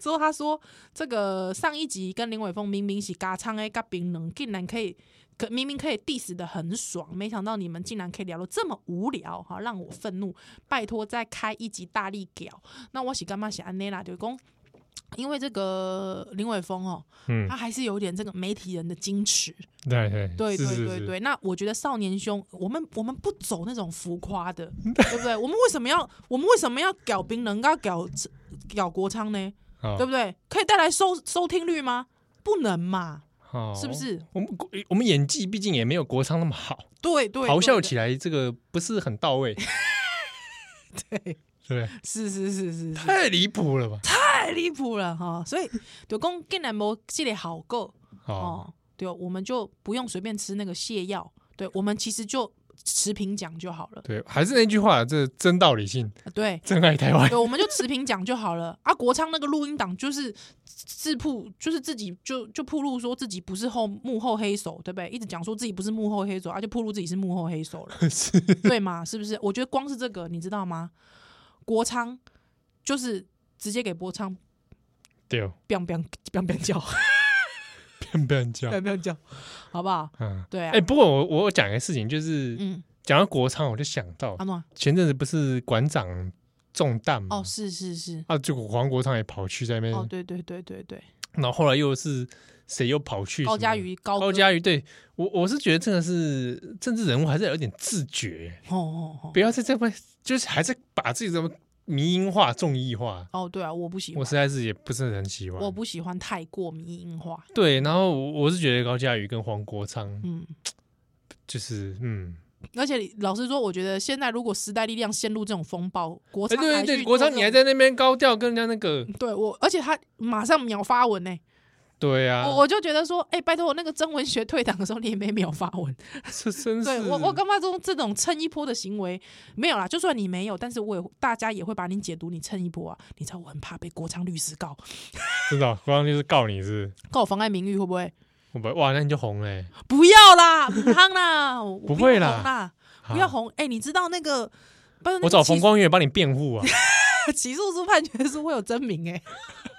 [SPEAKER 1] 之后他说，这个上一集跟林伟峰明明是嘎唱哎嘎冰冷，竟然可以。可明明可以 diss 的很爽，没想到你们竟然可以聊得这么无聊，哈，让我愤怒！拜托再开一集大力屌。那我是干嘛写安内拉就讲，因为这个林伟峰哦，
[SPEAKER 2] 嗯
[SPEAKER 1] 他还是有点这个媒体人的矜持，
[SPEAKER 2] 对对是
[SPEAKER 1] 对对
[SPEAKER 2] 是
[SPEAKER 1] 对
[SPEAKER 2] 是
[SPEAKER 1] 对，那我觉得少年兄，我们我们不走那种浮 夸的，对不对？我们为什么要我们为什么要搞槟榔，要搞搞国昌呢？
[SPEAKER 2] 啊
[SPEAKER 1] 对不对？可以带来收收听率吗？不能嘛，
[SPEAKER 2] 哦
[SPEAKER 1] 是不是？
[SPEAKER 2] 我们国我们演技毕竟也没有国昌那么好，
[SPEAKER 1] 对对，
[SPEAKER 2] 咆哮起
[SPEAKER 1] 来，
[SPEAKER 2] 来这个不是很到位，
[SPEAKER 1] 对，
[SPEAKER 2] 对不对，
[SPEAKER 1] 是是是是是，
[SPEAKER 2] 太离谱了吧？
[SPEAKER 1] 太离谱了哈！所以就讲竟然没这个好够
[SPEAKER 2] 哦，
[SPEAKER 1] 哦，对，我们就不用随便吃那个泻药，对我们其实就持平讲就好了，
[SPEAKER 2] 对，还是那句话，这真道理性，
[SPEAKER 1] 对。
[SPEAKER 2] 真爱台湾
[SPEAKER 1] 对，我们就持平讲就好了。 啊，国昌那个录音档就是自曝，就是自己就就铺露说自己不是后幕后黑手，对不对？一直讲说自己不是幕后黑手，啊，就铺露自己是幕后黑手了，
[SPEAKER 2] 是
[SPEAKER 1] 对吗？是不是？我觉得光是这个，你知道吗？国昌就是直接给国昌
[SPEAKER 2] 对，哦
[SPEAKER 1] biang biang biang biang 叫
[SPEAKER 2] 变变叫
[SPEAKER 1] biang biang 叫，好不好？
[SPEAKER 2] 啊。
[SPEAKER 1] 对啊，
[SPEAKER 2] 哎，不过我我讲一个事情，就是
[SPEAKER 1] 嗯，
[SPEAKER 2] 讲到国昌，我就想到
[SPEAKER 1] 阿诺，
[SPEAKER 2] 前阵子不是馆长中弹吗？
[SPEAKER 1] 哦，是是是，
[SPEAKER 2] 啊，结果黄国昌也跑去在那边，
[SPEAKER 1] 哦，对对对对对，
[SPEAKER 2] 然后后来又是谁又跑去
[SPEAKER 1] 高
[SPEAKER 2] 嘉
[SPEAKER 1] 嘉，瑜高
[SPEAKER 2] 高
[SPEAKER 1] 歌，
[SPEAKER 2] 嘉瑜，对我我是觉得真的是政治人物还是要有点自觉，
[SPEAKER 1] 哦哦哦
[SPEAKER 2] 不要再这么就是还是把自己怎么民音化、众议化，
[SPEAKER 1] 哦，对啊，我不喜
[SPEAKER 2] 我
[SPEAKER 1] 欢，
[SPEAKER 2] 实在是也不是很喜欢。
[SPEAKER 1] 我不喜欢太过迷因化，
[SPEAKER 2] 对，然后我我是觉得高嘉瑜跟黄国昌
[SPEAKER 1] 嗯。
[SPEAKER 2] 就是嗯，
[SPEAKER 1] 而且老实说，我觉得现在如果时代力量陷入这种风暴，国
[SPEAKER 2] 哎
[SPEAKER 1] 昌
[SPEAKER 2] 对
[SPEAKER 1] 还
[SPEAKER 2] 对
[SPEAKER 1] 去
[SPEAKER 2] 对，国
[SPEAKER 1] 做
[SPEAKER 2] 昌
[SPEAKER 1] 这
[SPEAKER 2] 你
[SPEAKER 1] 种
[SPEAKER 2] 还在那边高调跟人家那 个，
[SPEAKER 1] 对我，而且他马上秒发文呢、
[SPEAKER 2] 对啊，
[SPEAKER 1] 我我就觉得说，哎、拜托我那个曾文学退党的时候，你也没秒发文，
[SPEAKER 2] 这真是
[SPEAKER 1] 对我我干嘛这种这种蹭一波的行为没有啦？就算你没有，但是我也大家也会把你解读你蹭一波啊，你知道我很怕被国昌律师告
[SPEAKER 2] 知道国昌就是告你是
[SPEAKER 1] 告我妨碍名誉会不会？
[SPEAKER 2] 不是，我哇，那你就红欸嘞，
[SPEAKER 1] 不要啦，不烫啦，我
[SPEAKER 2] 不
[SPEAKER 1] 要
[SPEAKER 2] 会啦
[SPEAKER 1] 红啦，不
[SPEAKER 2] 啊
[SPEAKER 1] 要红，哎、你知道那个。拜托
[SPEAKER 2] 我
[SPEAKER 1] 那个
[SPEAKER 2] 找
[SPEAKER 1] 起
[SPEAKER 2] 冯光远帮你辩护 啊。
[SPEAKER 1] 起诉书判决书会有真名哎、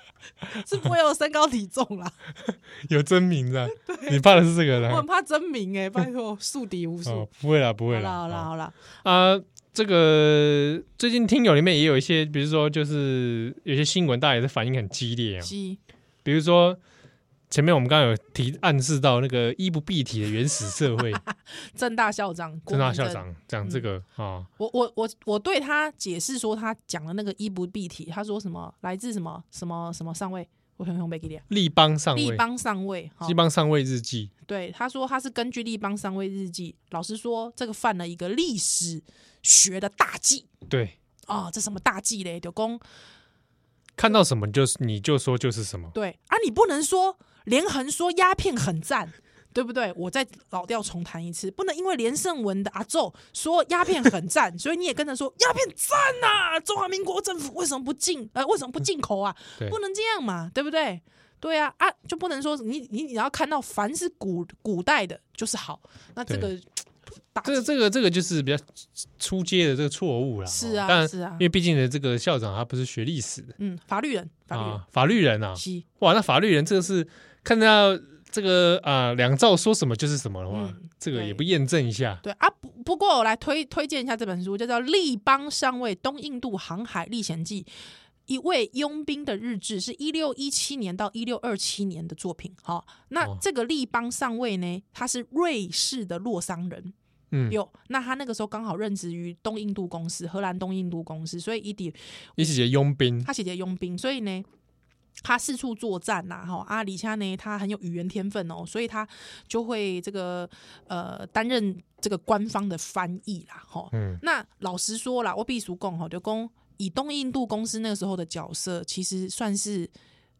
[SPEAKER 1] 是不会有身高体重啦。
[SPEAKER 2] 有真名的，你怕的是这个
[SPEAKER 1] 我
[SPEAKER 2] 啦
[SPEAKER 1] 很？怕真名哎、拜托，树敌无数
[SPEAKER 2] 哦。，不会啦，不
[SPEAKER 1] 好
[SPEAKER 2] 会
[SPEAKER 1] 啦
[SPEAKER 2] 啦。
[SPEAKER 1] 好啦
[SPEAKER 2] 哦
[SPEAKER 1] 好啦，
[SPEAKER 2] 啊，这个最近听友里面也有一些，比如说就是有些新闻，大家也是反应很激烈啊。
[SPEAKER 1] 鸡
[SPEAKER 2] 比如说前面我们刚刚有提暗示到那个衣不蔽体的原始社 会，
[SPEAKER 1] 郑大校长，郭
[SPEAKER 2] 郑大
[SPEAKER 1] 明
[SPEAKER 2] 校
[SPEAKER 1] 正，
[SPEAKER 2] 长讲这个啊，
[SPEAKER 1] 我我我我对他解释说他讲的那个衣不蔽体，他说什么来自什么什么什么上位，我熊熊被给你啊，
[SPEAKER 2] 立邦上
[SPEAKER 1] 立
[SPEAKER 2] 位，
[SPEAKER 1] 邦哦上位，好
[SPEAKER 2] 立，邦上位日记，
[SPEAKER 1] 对，他说他是根据立邦上位日记，老实说，这个犯了一个历史学的大忌
[SPEAKER 2] 对，
[SPEAKER 1] 啊、这什么大忌嘞？就公
[SPEAKER 2] 看到什么就是你就说就是什么，
[SPEAKER 1] 对啊，你不能说连横说鸦片很赞，对不对？我再老调重弹一次，不能因为连胜文的阿昼说鸦片很赞，所以你也跟着说鸦片赞呐、中华民国政府为什么不进？呃，为什么不进口啊？
[SPEAKER 2] 对
[SPEAKER 1] 不能这样嘛，对不对？对啊，啊，就不能说你你你要看到凡是古古代的就是好，那这个打
[SPEAKER 2] 这个这个这个就是比较出街的这个错误啦。
[SPEAKER 1] 是
[SPEAKER 2] 哦当
[SPEAKER 1] 啊
[SPEAKER 2] 然，
[SPEAKER 1] 是啊
[SPEAKER 2] 因，为毕竟呢，这个校长他不是学历史的
[SPEAKER 1] 嗯，法律人法律人、
[SPEAKER 2] 啊，法律人啊，
[SPEAKER 1] 西，
[SPEAKER 2] 哇，那法律人这个是看到这个啊两兆说什么就是什么的话
[SPEAKER 1] 嗯，
[SPEAKER 2] 这个
[SPEAKER 1] 对
[SPEAKER 2] 也不验证一下，
[SPEAKER 1] 对啊，不不过我来推推荐一下这本书，叫做《立邦上尉东印度航海历险记》，一位佣兵的日志，是一六一七年到一六二七年的作品。好、那
[SPEAKER 2] 哦
[SPEAKER 1] 这个立邦上尉呢，他是瑞士的洛桑人。
[SPEAKER 2] 嗯，
[SPEAKER 1] 有，那他那个时候刚好任职于东印度公司，荷兰东印度公司，所以一底
[SPEAKER 2] 一起写佣兵，
[SPEAKER 1] 他姐姐佣兵，所以呢，他四处作战呐、哈阿里恰呢，他很有语言天分哦，所以他就会这个呃担任这个官方的翻译啦，哈、
[SPEAKER 2] 嗯
[SPEAKER 1] 那老实说啦，我必须供哈，就供以东印度公司那个时候的角色，其实算是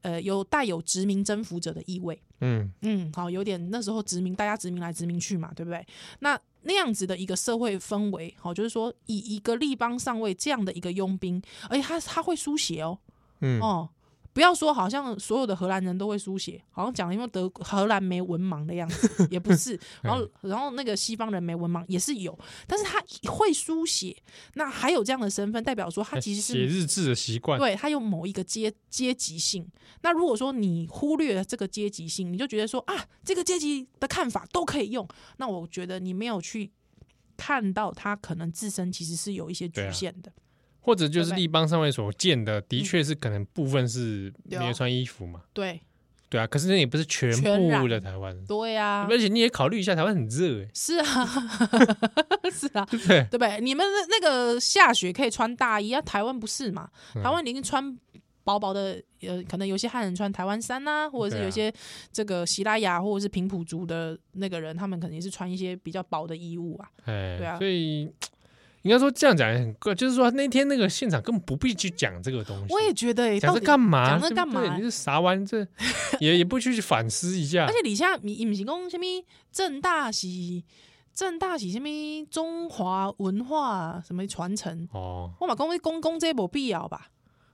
[SPEAKER 1] 呃有带有殖民征服者的意味。
[SPEAKER 2] 嗯
[SPEAKER 1] 嗯，好，有点那时候殖民，大家殖民来殖民去嘛，对不对？那那样子的一个社会氛围，好，就是说以一个立邦上尉这样的一个佣兵，而且他他会书写哦，
[SPEAKER 2] 嗯，
[SPEAKER 1] 哦，不要说好像所有的荷兰人都会书写，好像讲了因为德荷兰没文盲的样子，也不 是。然后，
[SPEAKER 2] 嗯
[SPEAKER 1] 然后那个西方人没文盲也是有，但是他会书写，那还有这样的身份，代表说他其实
[SPEAKER 2] 哎写
[SPEAKER 1] 是。
[SPEAKER 2] 日志的习惯，
[SPEAKER 1] 对他有某一个阶阶级性，那如果说你忽略了这个阶级性，你就觉得说啊，这个阶级的看法都可以用，那我觉得你没有去看到他可能自身其实是有一些
[SPEAKER 2] 对
[SPEAKER 1] 局
[SPEAKER 2] 啊
[SPEAKER 1] 限的。
[SPEAKER 2] 或者就
[SPEAKER 1] 对
[SPEAKER 2] 是
[SPEAKER 1] 不对嗯
[SPEAKER 2] 立邦上面所见的，的确是可能部分是没有穿衣服嘛，
[SPEAKER 1] 对
[SPEAKER 2] 对啊，可是那也不是全
[SPEAKER 1] 全
[SPEAKER 2] 部
[SPEAKER 1] 然
[SPEAKER 2] 的台湾，
[SPEAKER 1] 对啊，
[SPEAKER 2] 而且你也考虑一下，台湾很热欸，
[SPEAKER 1] 是啊， 是啊，
[SPEAKER 2] 对不 对？
[SPEAKER 1] 对不对？你们那那个下雪可以穿大衣啊，台湾不是嘛？
[SPEAKER 2] 嗯
[SPEAKER 1] 台湾已经穿薄薄的，呃，可能有些汉人穿台湾衫呐、或者是
[SPEAKER 2] 对啊
[SPEAKER 1] 有些这个希拉雅或者是平埔族的那个人，他们可能也是穿一些比较薄的衣物啊。
[SPEAKER 2] 哎，
[SPEAKER 1] 对啊
[SPEAKER 2] 所以应该说这样讲也很怪，就是说那天那个现场根本不必去讲这个东西，
[SPEAKER 1] 我也觉得、欸，
[SPEAKER 2] 讲
[SPEAKER 1] 到
[SPEAKER 2] 这
[SPEAKER 1] 底
[SPEAKER 2] 干嘛？
[SPEAKER 1] 讲这干嘛
[SPEAKER 2] 对不对你是啥玩意？ 这也也不去反思一下
[SPEAKER 1] 而，且底下你不是讲什么正大是正大是什么中华文化什么传承，
[SPEAKER 2] 哦
[SPEAKER 1] 我嘛讲公公这没必要吧？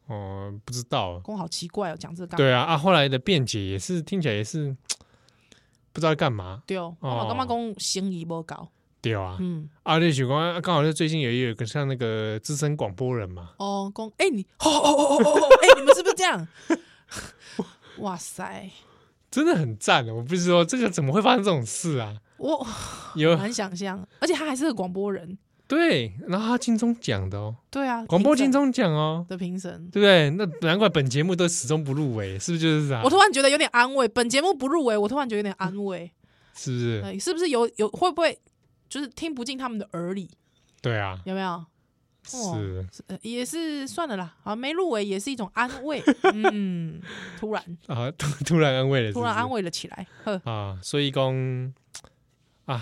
[SPEAKER 2] 哦，不知道，
[SPEAKER 1] 公好奇怪哦，讲这个干嘛？
[SPEAKER 2] 对啊啊，后来的辩解也是听起来也是不知道干嘛，
[SPEAKER 1] 对，哦我
[SPEAKER 2] 哦
[SPEAKER 1] 嘛感觉讲生意无够，
[SPEAKER 2] 对啊，
[SPEAKER 1] 嗯。
[SPEAKER 2] 啊，对，许光刚好是最近也有一个像那个资深广播人嘛，
[SPEAKER 1] 哦，公，哎、你，哦哦哦哦哦哦，哎、你们是不是这 样？哇塞，
[SPEAKER 2] 真的很赞哦的。我不是说这个怎么会发生这种事啊？
[SPEAKER 1] 我
[SPEAKER 2] 有
[SPEAKER 1] 很难想象，而且他还是个广播人，
[SPEAKER 2] 对，然后他金钟奖的哦，
[SPEAKER 1] 对啊，
[SPEAKER 2] 广播金
[SPEAKER 1] 金
[SPEAKER 2] 钟奖哦，
[SPEAKER 1] 的评审。
[SPEAKER 2] 对不对？那难怪本节目都始终不入围，是不是就是啥
[SPEAKER 1] 我？突然觉得有点安慰，本节目不入围，我突然觉得有点安慰，
[SPEAKER 2] 是不是？
[SPEAKER 1] 哎，是不是有有会不会就是听不进他们的耳里？
[SPEAKER 2] 对啊，
[SPEAKER 1] 有没有？
[SPEAKER 2] 是
[SPEAKER 1] 是呃也是算了啦，啊，没入围也是一种安 慰，嗯，突然
[SPEAKER 2] 啊，突突然安慰了是不是，
[SPEAKER 1] 突然安慰了起来，呵，
[SPEAKER 2] 啊，所以讲啊，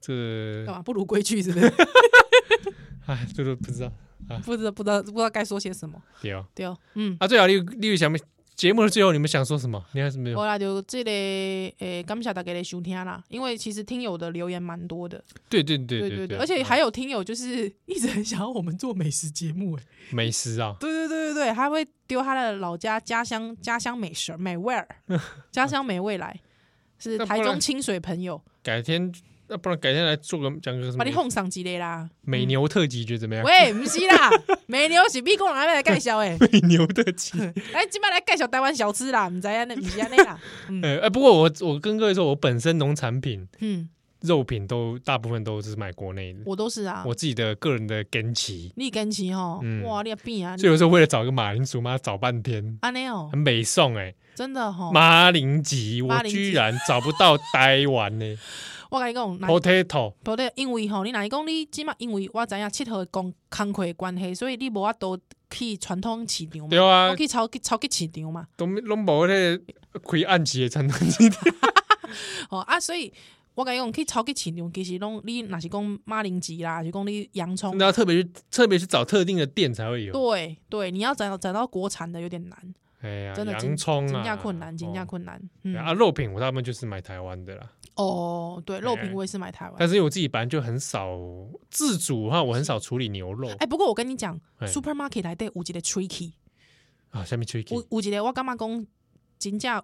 [SPEAKER 2] 这
[SPEAKER 1] 干嘛不如归去是不 是？
[SPEAKER 2] 哎，这都不知道
[SPEAKER 1] 不知道不知道不知道该说些什么，
[SPEAKER 2] 对哦。
[SPEAKER 1] 对哦，嗯。
[SPEAKER 2] 啊，最好例如例如想节目的最后，你们想说什么？你还是没有？
[SPEAKER 1] 好啦，就这个诶、感谢大家的收听啦。因为其实听友的留言蛮多的，
[SPEAKER 2] 对对对
[SPEAKER 1] 对
[SPEAKER 2] 对嗯
[SPEAKER 1] 而且还有听友就是一直很想要我们做美食节目、诶，
[SPEAKER 2] 美食啊，
[SPEAKER 1] 对对对对对，他会丢他的老家家乡家乡美食美味 儿，家乡美味来，是
[SPEAKER 2] 那不
[SPEAKER 1] 台
[SPEAKER 2] 然
[SPEAKER 1] 中清水朋友
[SPEAKER 2] 改天，那、不然改天来做个讲个什
[SPEAKER 1] 把
[SPEAKER 2] 么
[SPEAKER 1] 你哄上几类啦。嗯
[SPEAKER 2] 美牛特辑，觉得怎么样？
[SPEAKER 1] 喂，不是 啦，美牛是美国人来介绍诶，
[SPEAKER 2] 美牛特辑，
[SPEAKER 1] 来今摆来介绍台湾小吃啦，唔知啊那唔是啊那啦，
[SPEAKER 2] 呃、哎，不过我我跟各位说，我本身农产品、
[SPEAKER 1] 嗯，
[SPEAKER 2] 肉品都大部分都是买国内的，
[SPEAKER 1] 我都是啊，
[SPEAKER 2] 我自己的个人的根奇，
[SPEAKER 1] 你跟起吼
[SPEAKER 2] 嗯，
[SPEAKER 1] 哇，你也变啊，
[SPEAKER 2] 所以有时候为了找个马铃薯妈找半天，
[SPEAKER 1] 安尼哦
[SPEAKER 2] 很，美送哎、
[SPEAKER 1] 真的吼。
[SPEAKER 2] 马铃薯，
[SPEAKER 1] 哦马
[SPEAKER 2] 我
[SPEAKER 1] 铃薯
[SPEAKER 2] 居然找不到台湾呢、
[SPEAKER 1] 我甲你讲，若
[SPEAKER 2] potato
[SPEAKER 1] 不对，因为吼，你若是讲你即马因为我知影佚佗的工工课的关系，所以你无法度去传统市场
[SPEAKER 2] 对
[SPEAKER 1] 嘛，
[SPEAKER 2] 啊
[SPEAKER 1] 我，去超级超级市场嘛，
[SPEAKER 2] 都拢无迄个开暗时的餐厅，
[SPEAKER 1] 哦吼啊，所以。我甲你讲，去超级市场其实拢你若是讲马铃薯啦，还是讲你洋葱
[SPEAKER 2] 你，要特别去特别去找特定的店才会有。
[SPEAKER 1] 对对，你要找到找到国产的有点难，
[SPEAKER 2] 哎呀，
[SPEAKER 1] 真的
[SPEAKER 2] 洋葱
[SPEAKER 1] 金
[SPEAKER 2] 啊，
[SPEAKER 1] 价困难，金价
[SPEAKER 2] 哦
[SPEAKER 1] 困难。
[SPEAKER 2] 对
[SPEAKER 1] 嗯，
[SPEAKER 2] 啊，肉品我大部分就是买台湾的啦，
[SPEAKER 1] 哦，对，肉
[SPEAKER 2] 哎
[SPEAKER 1] 品我也是买台湾。
[SPEAKER 2] 但是因为我自己本来就很少自主的话，我很少处理牛肉
[SPEAKER 1] 哎，不过我跟你讲
[SPEAKER 2] 哎
[SPEAKER 1] ，supermarket 来底有一个 tricky，
[SPEAKER 2] 啊。下面 t r
[SPEAKER 1] 有有一个我感觉讲金价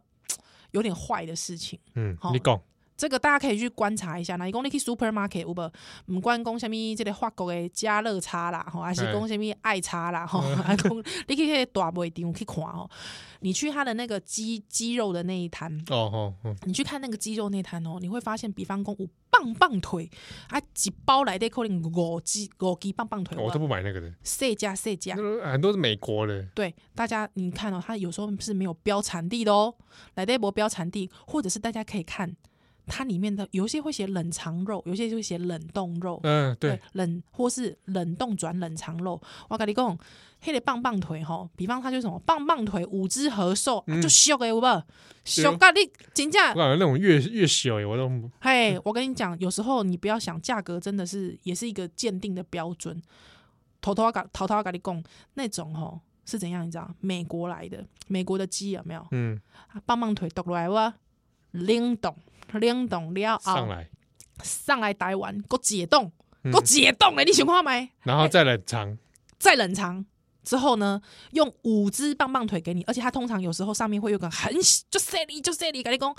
[SPEAKER 1] 有点坏的事情。
[SPEAKER 2] 嗯
[SPEAKER 1] 好，
[SPEAKER 2] 你讲，
[SPEAKER 1] 这个大家可以去观察一下。那伊讲你去 supermarket 有无？毋管讲啥物，即个法国的加热叉啦，吼，还是讲啥物爱叉啦，吼，还讲 你去迄个大卖场去看吼，你去他的那个鸡鸡肉的那一摊，
[SPEAKER 2] 哦哦，嗯
[SPEAKER 1] 你去看那个鸡肉那摊哦，你会发现，比方讲有棒棒腿，啊，一包来底可能五鸡五鸡棒棒腿，
[SPEAKER 2] 我都不买那个的，
[SPEAKER 1] 细加细加
[SPEAKER 2] 那。个很多是美国的，
[SPEAKER 1] 对大家，你看哦，它有时候是没有标产地的哦，来这波标产地，或者是大家可以看它里面的，有一些会写冷藏肉，有一些就会写冷冻肉，
[SPEAKER 2] 嗯，对，
[SPEAKER 1] 冷或是冷冻转冷藏肉。我跟你讲，黑的棒棒腿吼，比方它就是什么棒棒腿五只合售，啊
[SPEAKER 2] 嗯
[SPEAKER 1] 就俗的有无？俗到你真
[SPEAKER 2] 我
[SPEAKER 1] 正
[SPEAKER 2] 感觉那种越越小的我都不
[SPEAKER 1] 嘿，我跟你讲，有时候你不要想价格，真的是也是一个鉴定的标准。偷偷跟偷偷跟你讲，那种吼是怎样？你知道，美国来的，美国的鸡有没有？
[SPEAKER 2] 嗯
[SPEAKER 1] 啊棒棒腿剁下来哇，冷冻冷冻了后，
[SPEAKER 2] 上
[SPEAKER 1] 上来
[SPEAKER 2] 来，
[SPEAKER 1] 台湾，搁解冻，
[SPEAKER 2] 嗯
[SPEAKER 1] 搁解冻诶、你想看没？
[SPEAKER 2] 然后再来尝，
[SPEAKER 1] 再冷藏之后呢，用五只棒棒腿给你，而且它通常有时候上面会有个很小就塞里就塞里，跟你讲，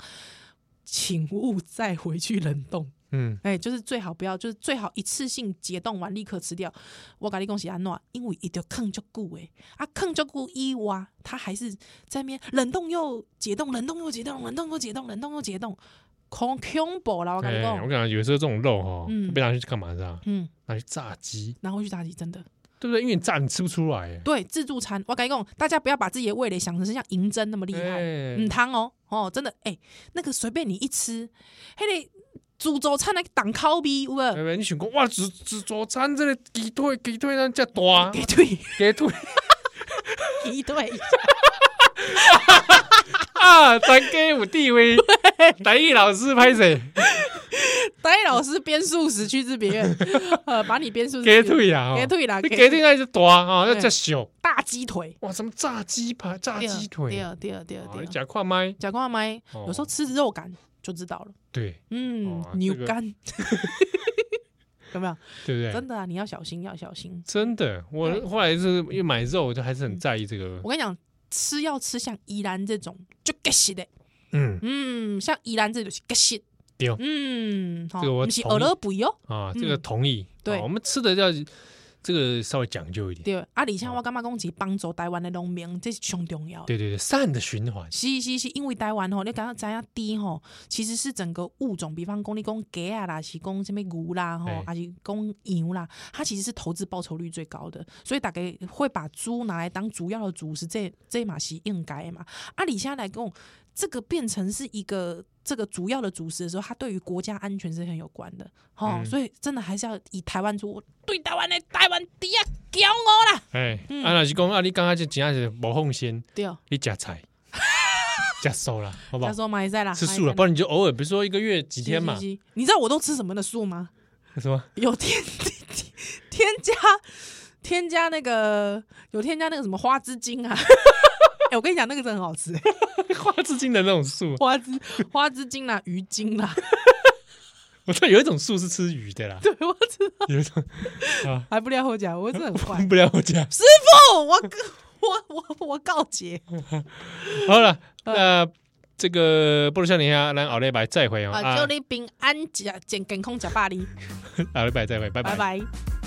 [SPEAKER 1] 请勿再回去冷冻。
[SPEAKER 2] 嗯，
[SPEAKER 1] 哎、就是最好不要，就是最好一次性解冻完立刻吃掉。我跟你讲是安怎，因为伊就坑就久诶，啊坑就久以外，它还是在那边冷冻又解冻，冷冻又解冻，冷冻又解冻，冷冻又解冻，恐恐怖啦！我跟你
[SPEAKER 2] 哎，我
[SPEAKER 1] 讲，
[SPEAKER 2] 感觉有时候这种肉哈
[SPEAKER 1] 嗯，
[SPEAKER 2] 被拿去干嘛是吧？
[SPEAKER 1] 嗯，
[SPEAKER 2] 拿去炸鸡，
[SPEAKER 1] 拿回去炸鸡真的
[SPEAKER 2] 对不对？因为你炸你吃不出来，哎
[SPEAKER 1] 对自助餐。我跟你讲，大家不要把自己的味蕾想成是像银针那么厉害，
[SPEAKER 2] 哎
[SPEAKER 1] 嗯，汤哦，哦，真的，哎、那个随便你一吃，迄个自助餐那个挡烤味有无？
[SPEAKER 2] 对不对？你想讲哇，自自助餐这个鸡腿鸡腿咱遮大，
[SPEAKER 1] 给对，
[SPEAKER 2] 鸡腿
[SPEAKER 1] 给对。
[SPEAKER 2] 啊，咱家有地位，台艺老师拍谁？
[SPEAKER 1] 呆老师编素食去治别 院，呃，把你编素食
[SPEAKER 2] 鸡，腿啊，
[SPEAKER 1] 给
[SPEAKER 2] 哦
[SPEAKER 1] 退啦，
[SPEAKER 2] 你
[SPEAKER 1] 给
[SPEAKER 2] 鸡腿那是大啊，那
[SPEAKER 1] 对
[SPEAKER 2] 只小
[SPEAKER 1] 大鸡腿，
[SPEAKER 2] 哇，什么炸鸡排、炸鸡腿
[SPEAKER 1] 第，二第二第二
[SPEAKER 2] 啊
[SPEAKER 1] 第
[SPEAKER 2] 你
[SPEAKER 1] 二，
[SPEAKER 2] 假跨麦，
[SPEAKER 1] 讲话麦，
[SPEAKER 2] 哦
[SPEAKER 1] 有时候吃肉感就知道了，
[SPEAKER 2] 对
[SPEAKER 1] 嗯
[SPEAKER 2] 哦，
[SPEAKER 1] 牛
[SPEAKER 2] 这个
[SPEAKER 1] 肝， 有没有？
[SPEAKER 2] 对不对
[SPEAKER 1] 真？的啊，你要小心，要小心。
[SPEAKER 2] 真的，
[SPEAKER 1] 对嗯
[SPEAKER 2] 我后来是因为买肉，我就还是很在意这个，
[SPEAKER 1] 我跟你讲，吃要吃像宜兰这种就 g 实的，
[SPEAKER 2] 嗯
[SPEAKER 1] 嗯，像宜兰这种是 g 实，
[SPEAKER 2] 对
[SPEAKER 1] 嗯，好
[SPEAKER 2] 这个我
[SPEAKER 1] 不哦是
[SPEAKER 2] 同意
[SPEAKER 1] 俄勒布哟，
[SPEAKER 2] 啊，这个同意。
[SPEAKER 1] 嗯对
[SPEAKER 2] 啊我们吃的要这个稍微讲究一点，
[SPEAKER 1] 对，啊，而且
[SPEAKER 2] 哦
[SPEAKER 1] 我感觉讲是帮助台湾的农民，这是上重要的。
[SPEAKER 2] 对对对，善的循环，
[SPEAKER 1] 是是是，因为台湾吼，你刚刚知影猪吼，其实是整个物种，比方讲你讲鸡啊啦，是讲什么牛啦吼
[SPEAKER 2] 对，
[SPEAKER 1] 还是讲羊啦，它其实是投资报酬率最高的，所以大概会把猪拿来当主要的主食，这这嘛是应该的嘛。啊，你现在来讲，这个变成是一个这个主要的主食的时候，它对于国家安全是很有关的，吼，
[SPEAKER 2] 嗯
[SPEAKER 1] 所以真的还是要以台湾猪对台湾的台湾猪啊骄傲啦，
[SPEAKER 2] 哎，
[SPEAKER 1] 嗯
[SPEAKER 2] 啊，若是讲啊，你刚刚就真正是无奉先，
[SPEAKER 1] 对哦，
[SPEAKER 2] 你夹菜，夹熟了，好不好
[SPEAKER 1] 他？说买在啦，
[SPEAKER 2] 吃素了，
[SPEAKER 1] 嘛
[SPEAKER 2] 不然你就偶尔，比如说一个月几
[SPEAKER 1] 会
[SPEAKER 2] 天
[SPEAKER 1] 知
[SPEAKER 2] 嘛
[SPEAKER 1] 是，是是你知道我都吃什么的素吗？
[SPEAKER 2] 什么
[SPEAKER 1] 有添 添加添加那个有添加那个什么花枝精啊。 哎、我跟你讲，那个真的很好吃，
[SPEAKER 2] 花枝精的那种素，
[SPEAKER 1] 花枝花枝精啦、啊鱼精啦、
[SPEAKER 2] 我知道有一种素是吃鱼的啦，
[SPEAKER 1] 对我知道，
[SPEAKER 2] 有一种啊，
[SPEAKER 1] 还不料后讲，我真的很 坏
[SPEAKER 2] 分。不了我 家。
[SPEAKER 1] 哦，我我我我告捷，
[SPEAKER 2] 好了，
[SPEAKER 1] 嗯
[SPEAKER 2] 那这个波罗夏尼亚，咱奥利拜再会哦，
[SPEAKER 1] 啊，祝
[SPEAKER 2] 啊，
[SPEAKER 1] 你平安，健健健康，吃百里，
[SPEAKER 2] 奥利拜再会，拜
[SPEAKER 1] 拜
[SPEAKER 2] 拜。
[SPEAKER 1] 拜。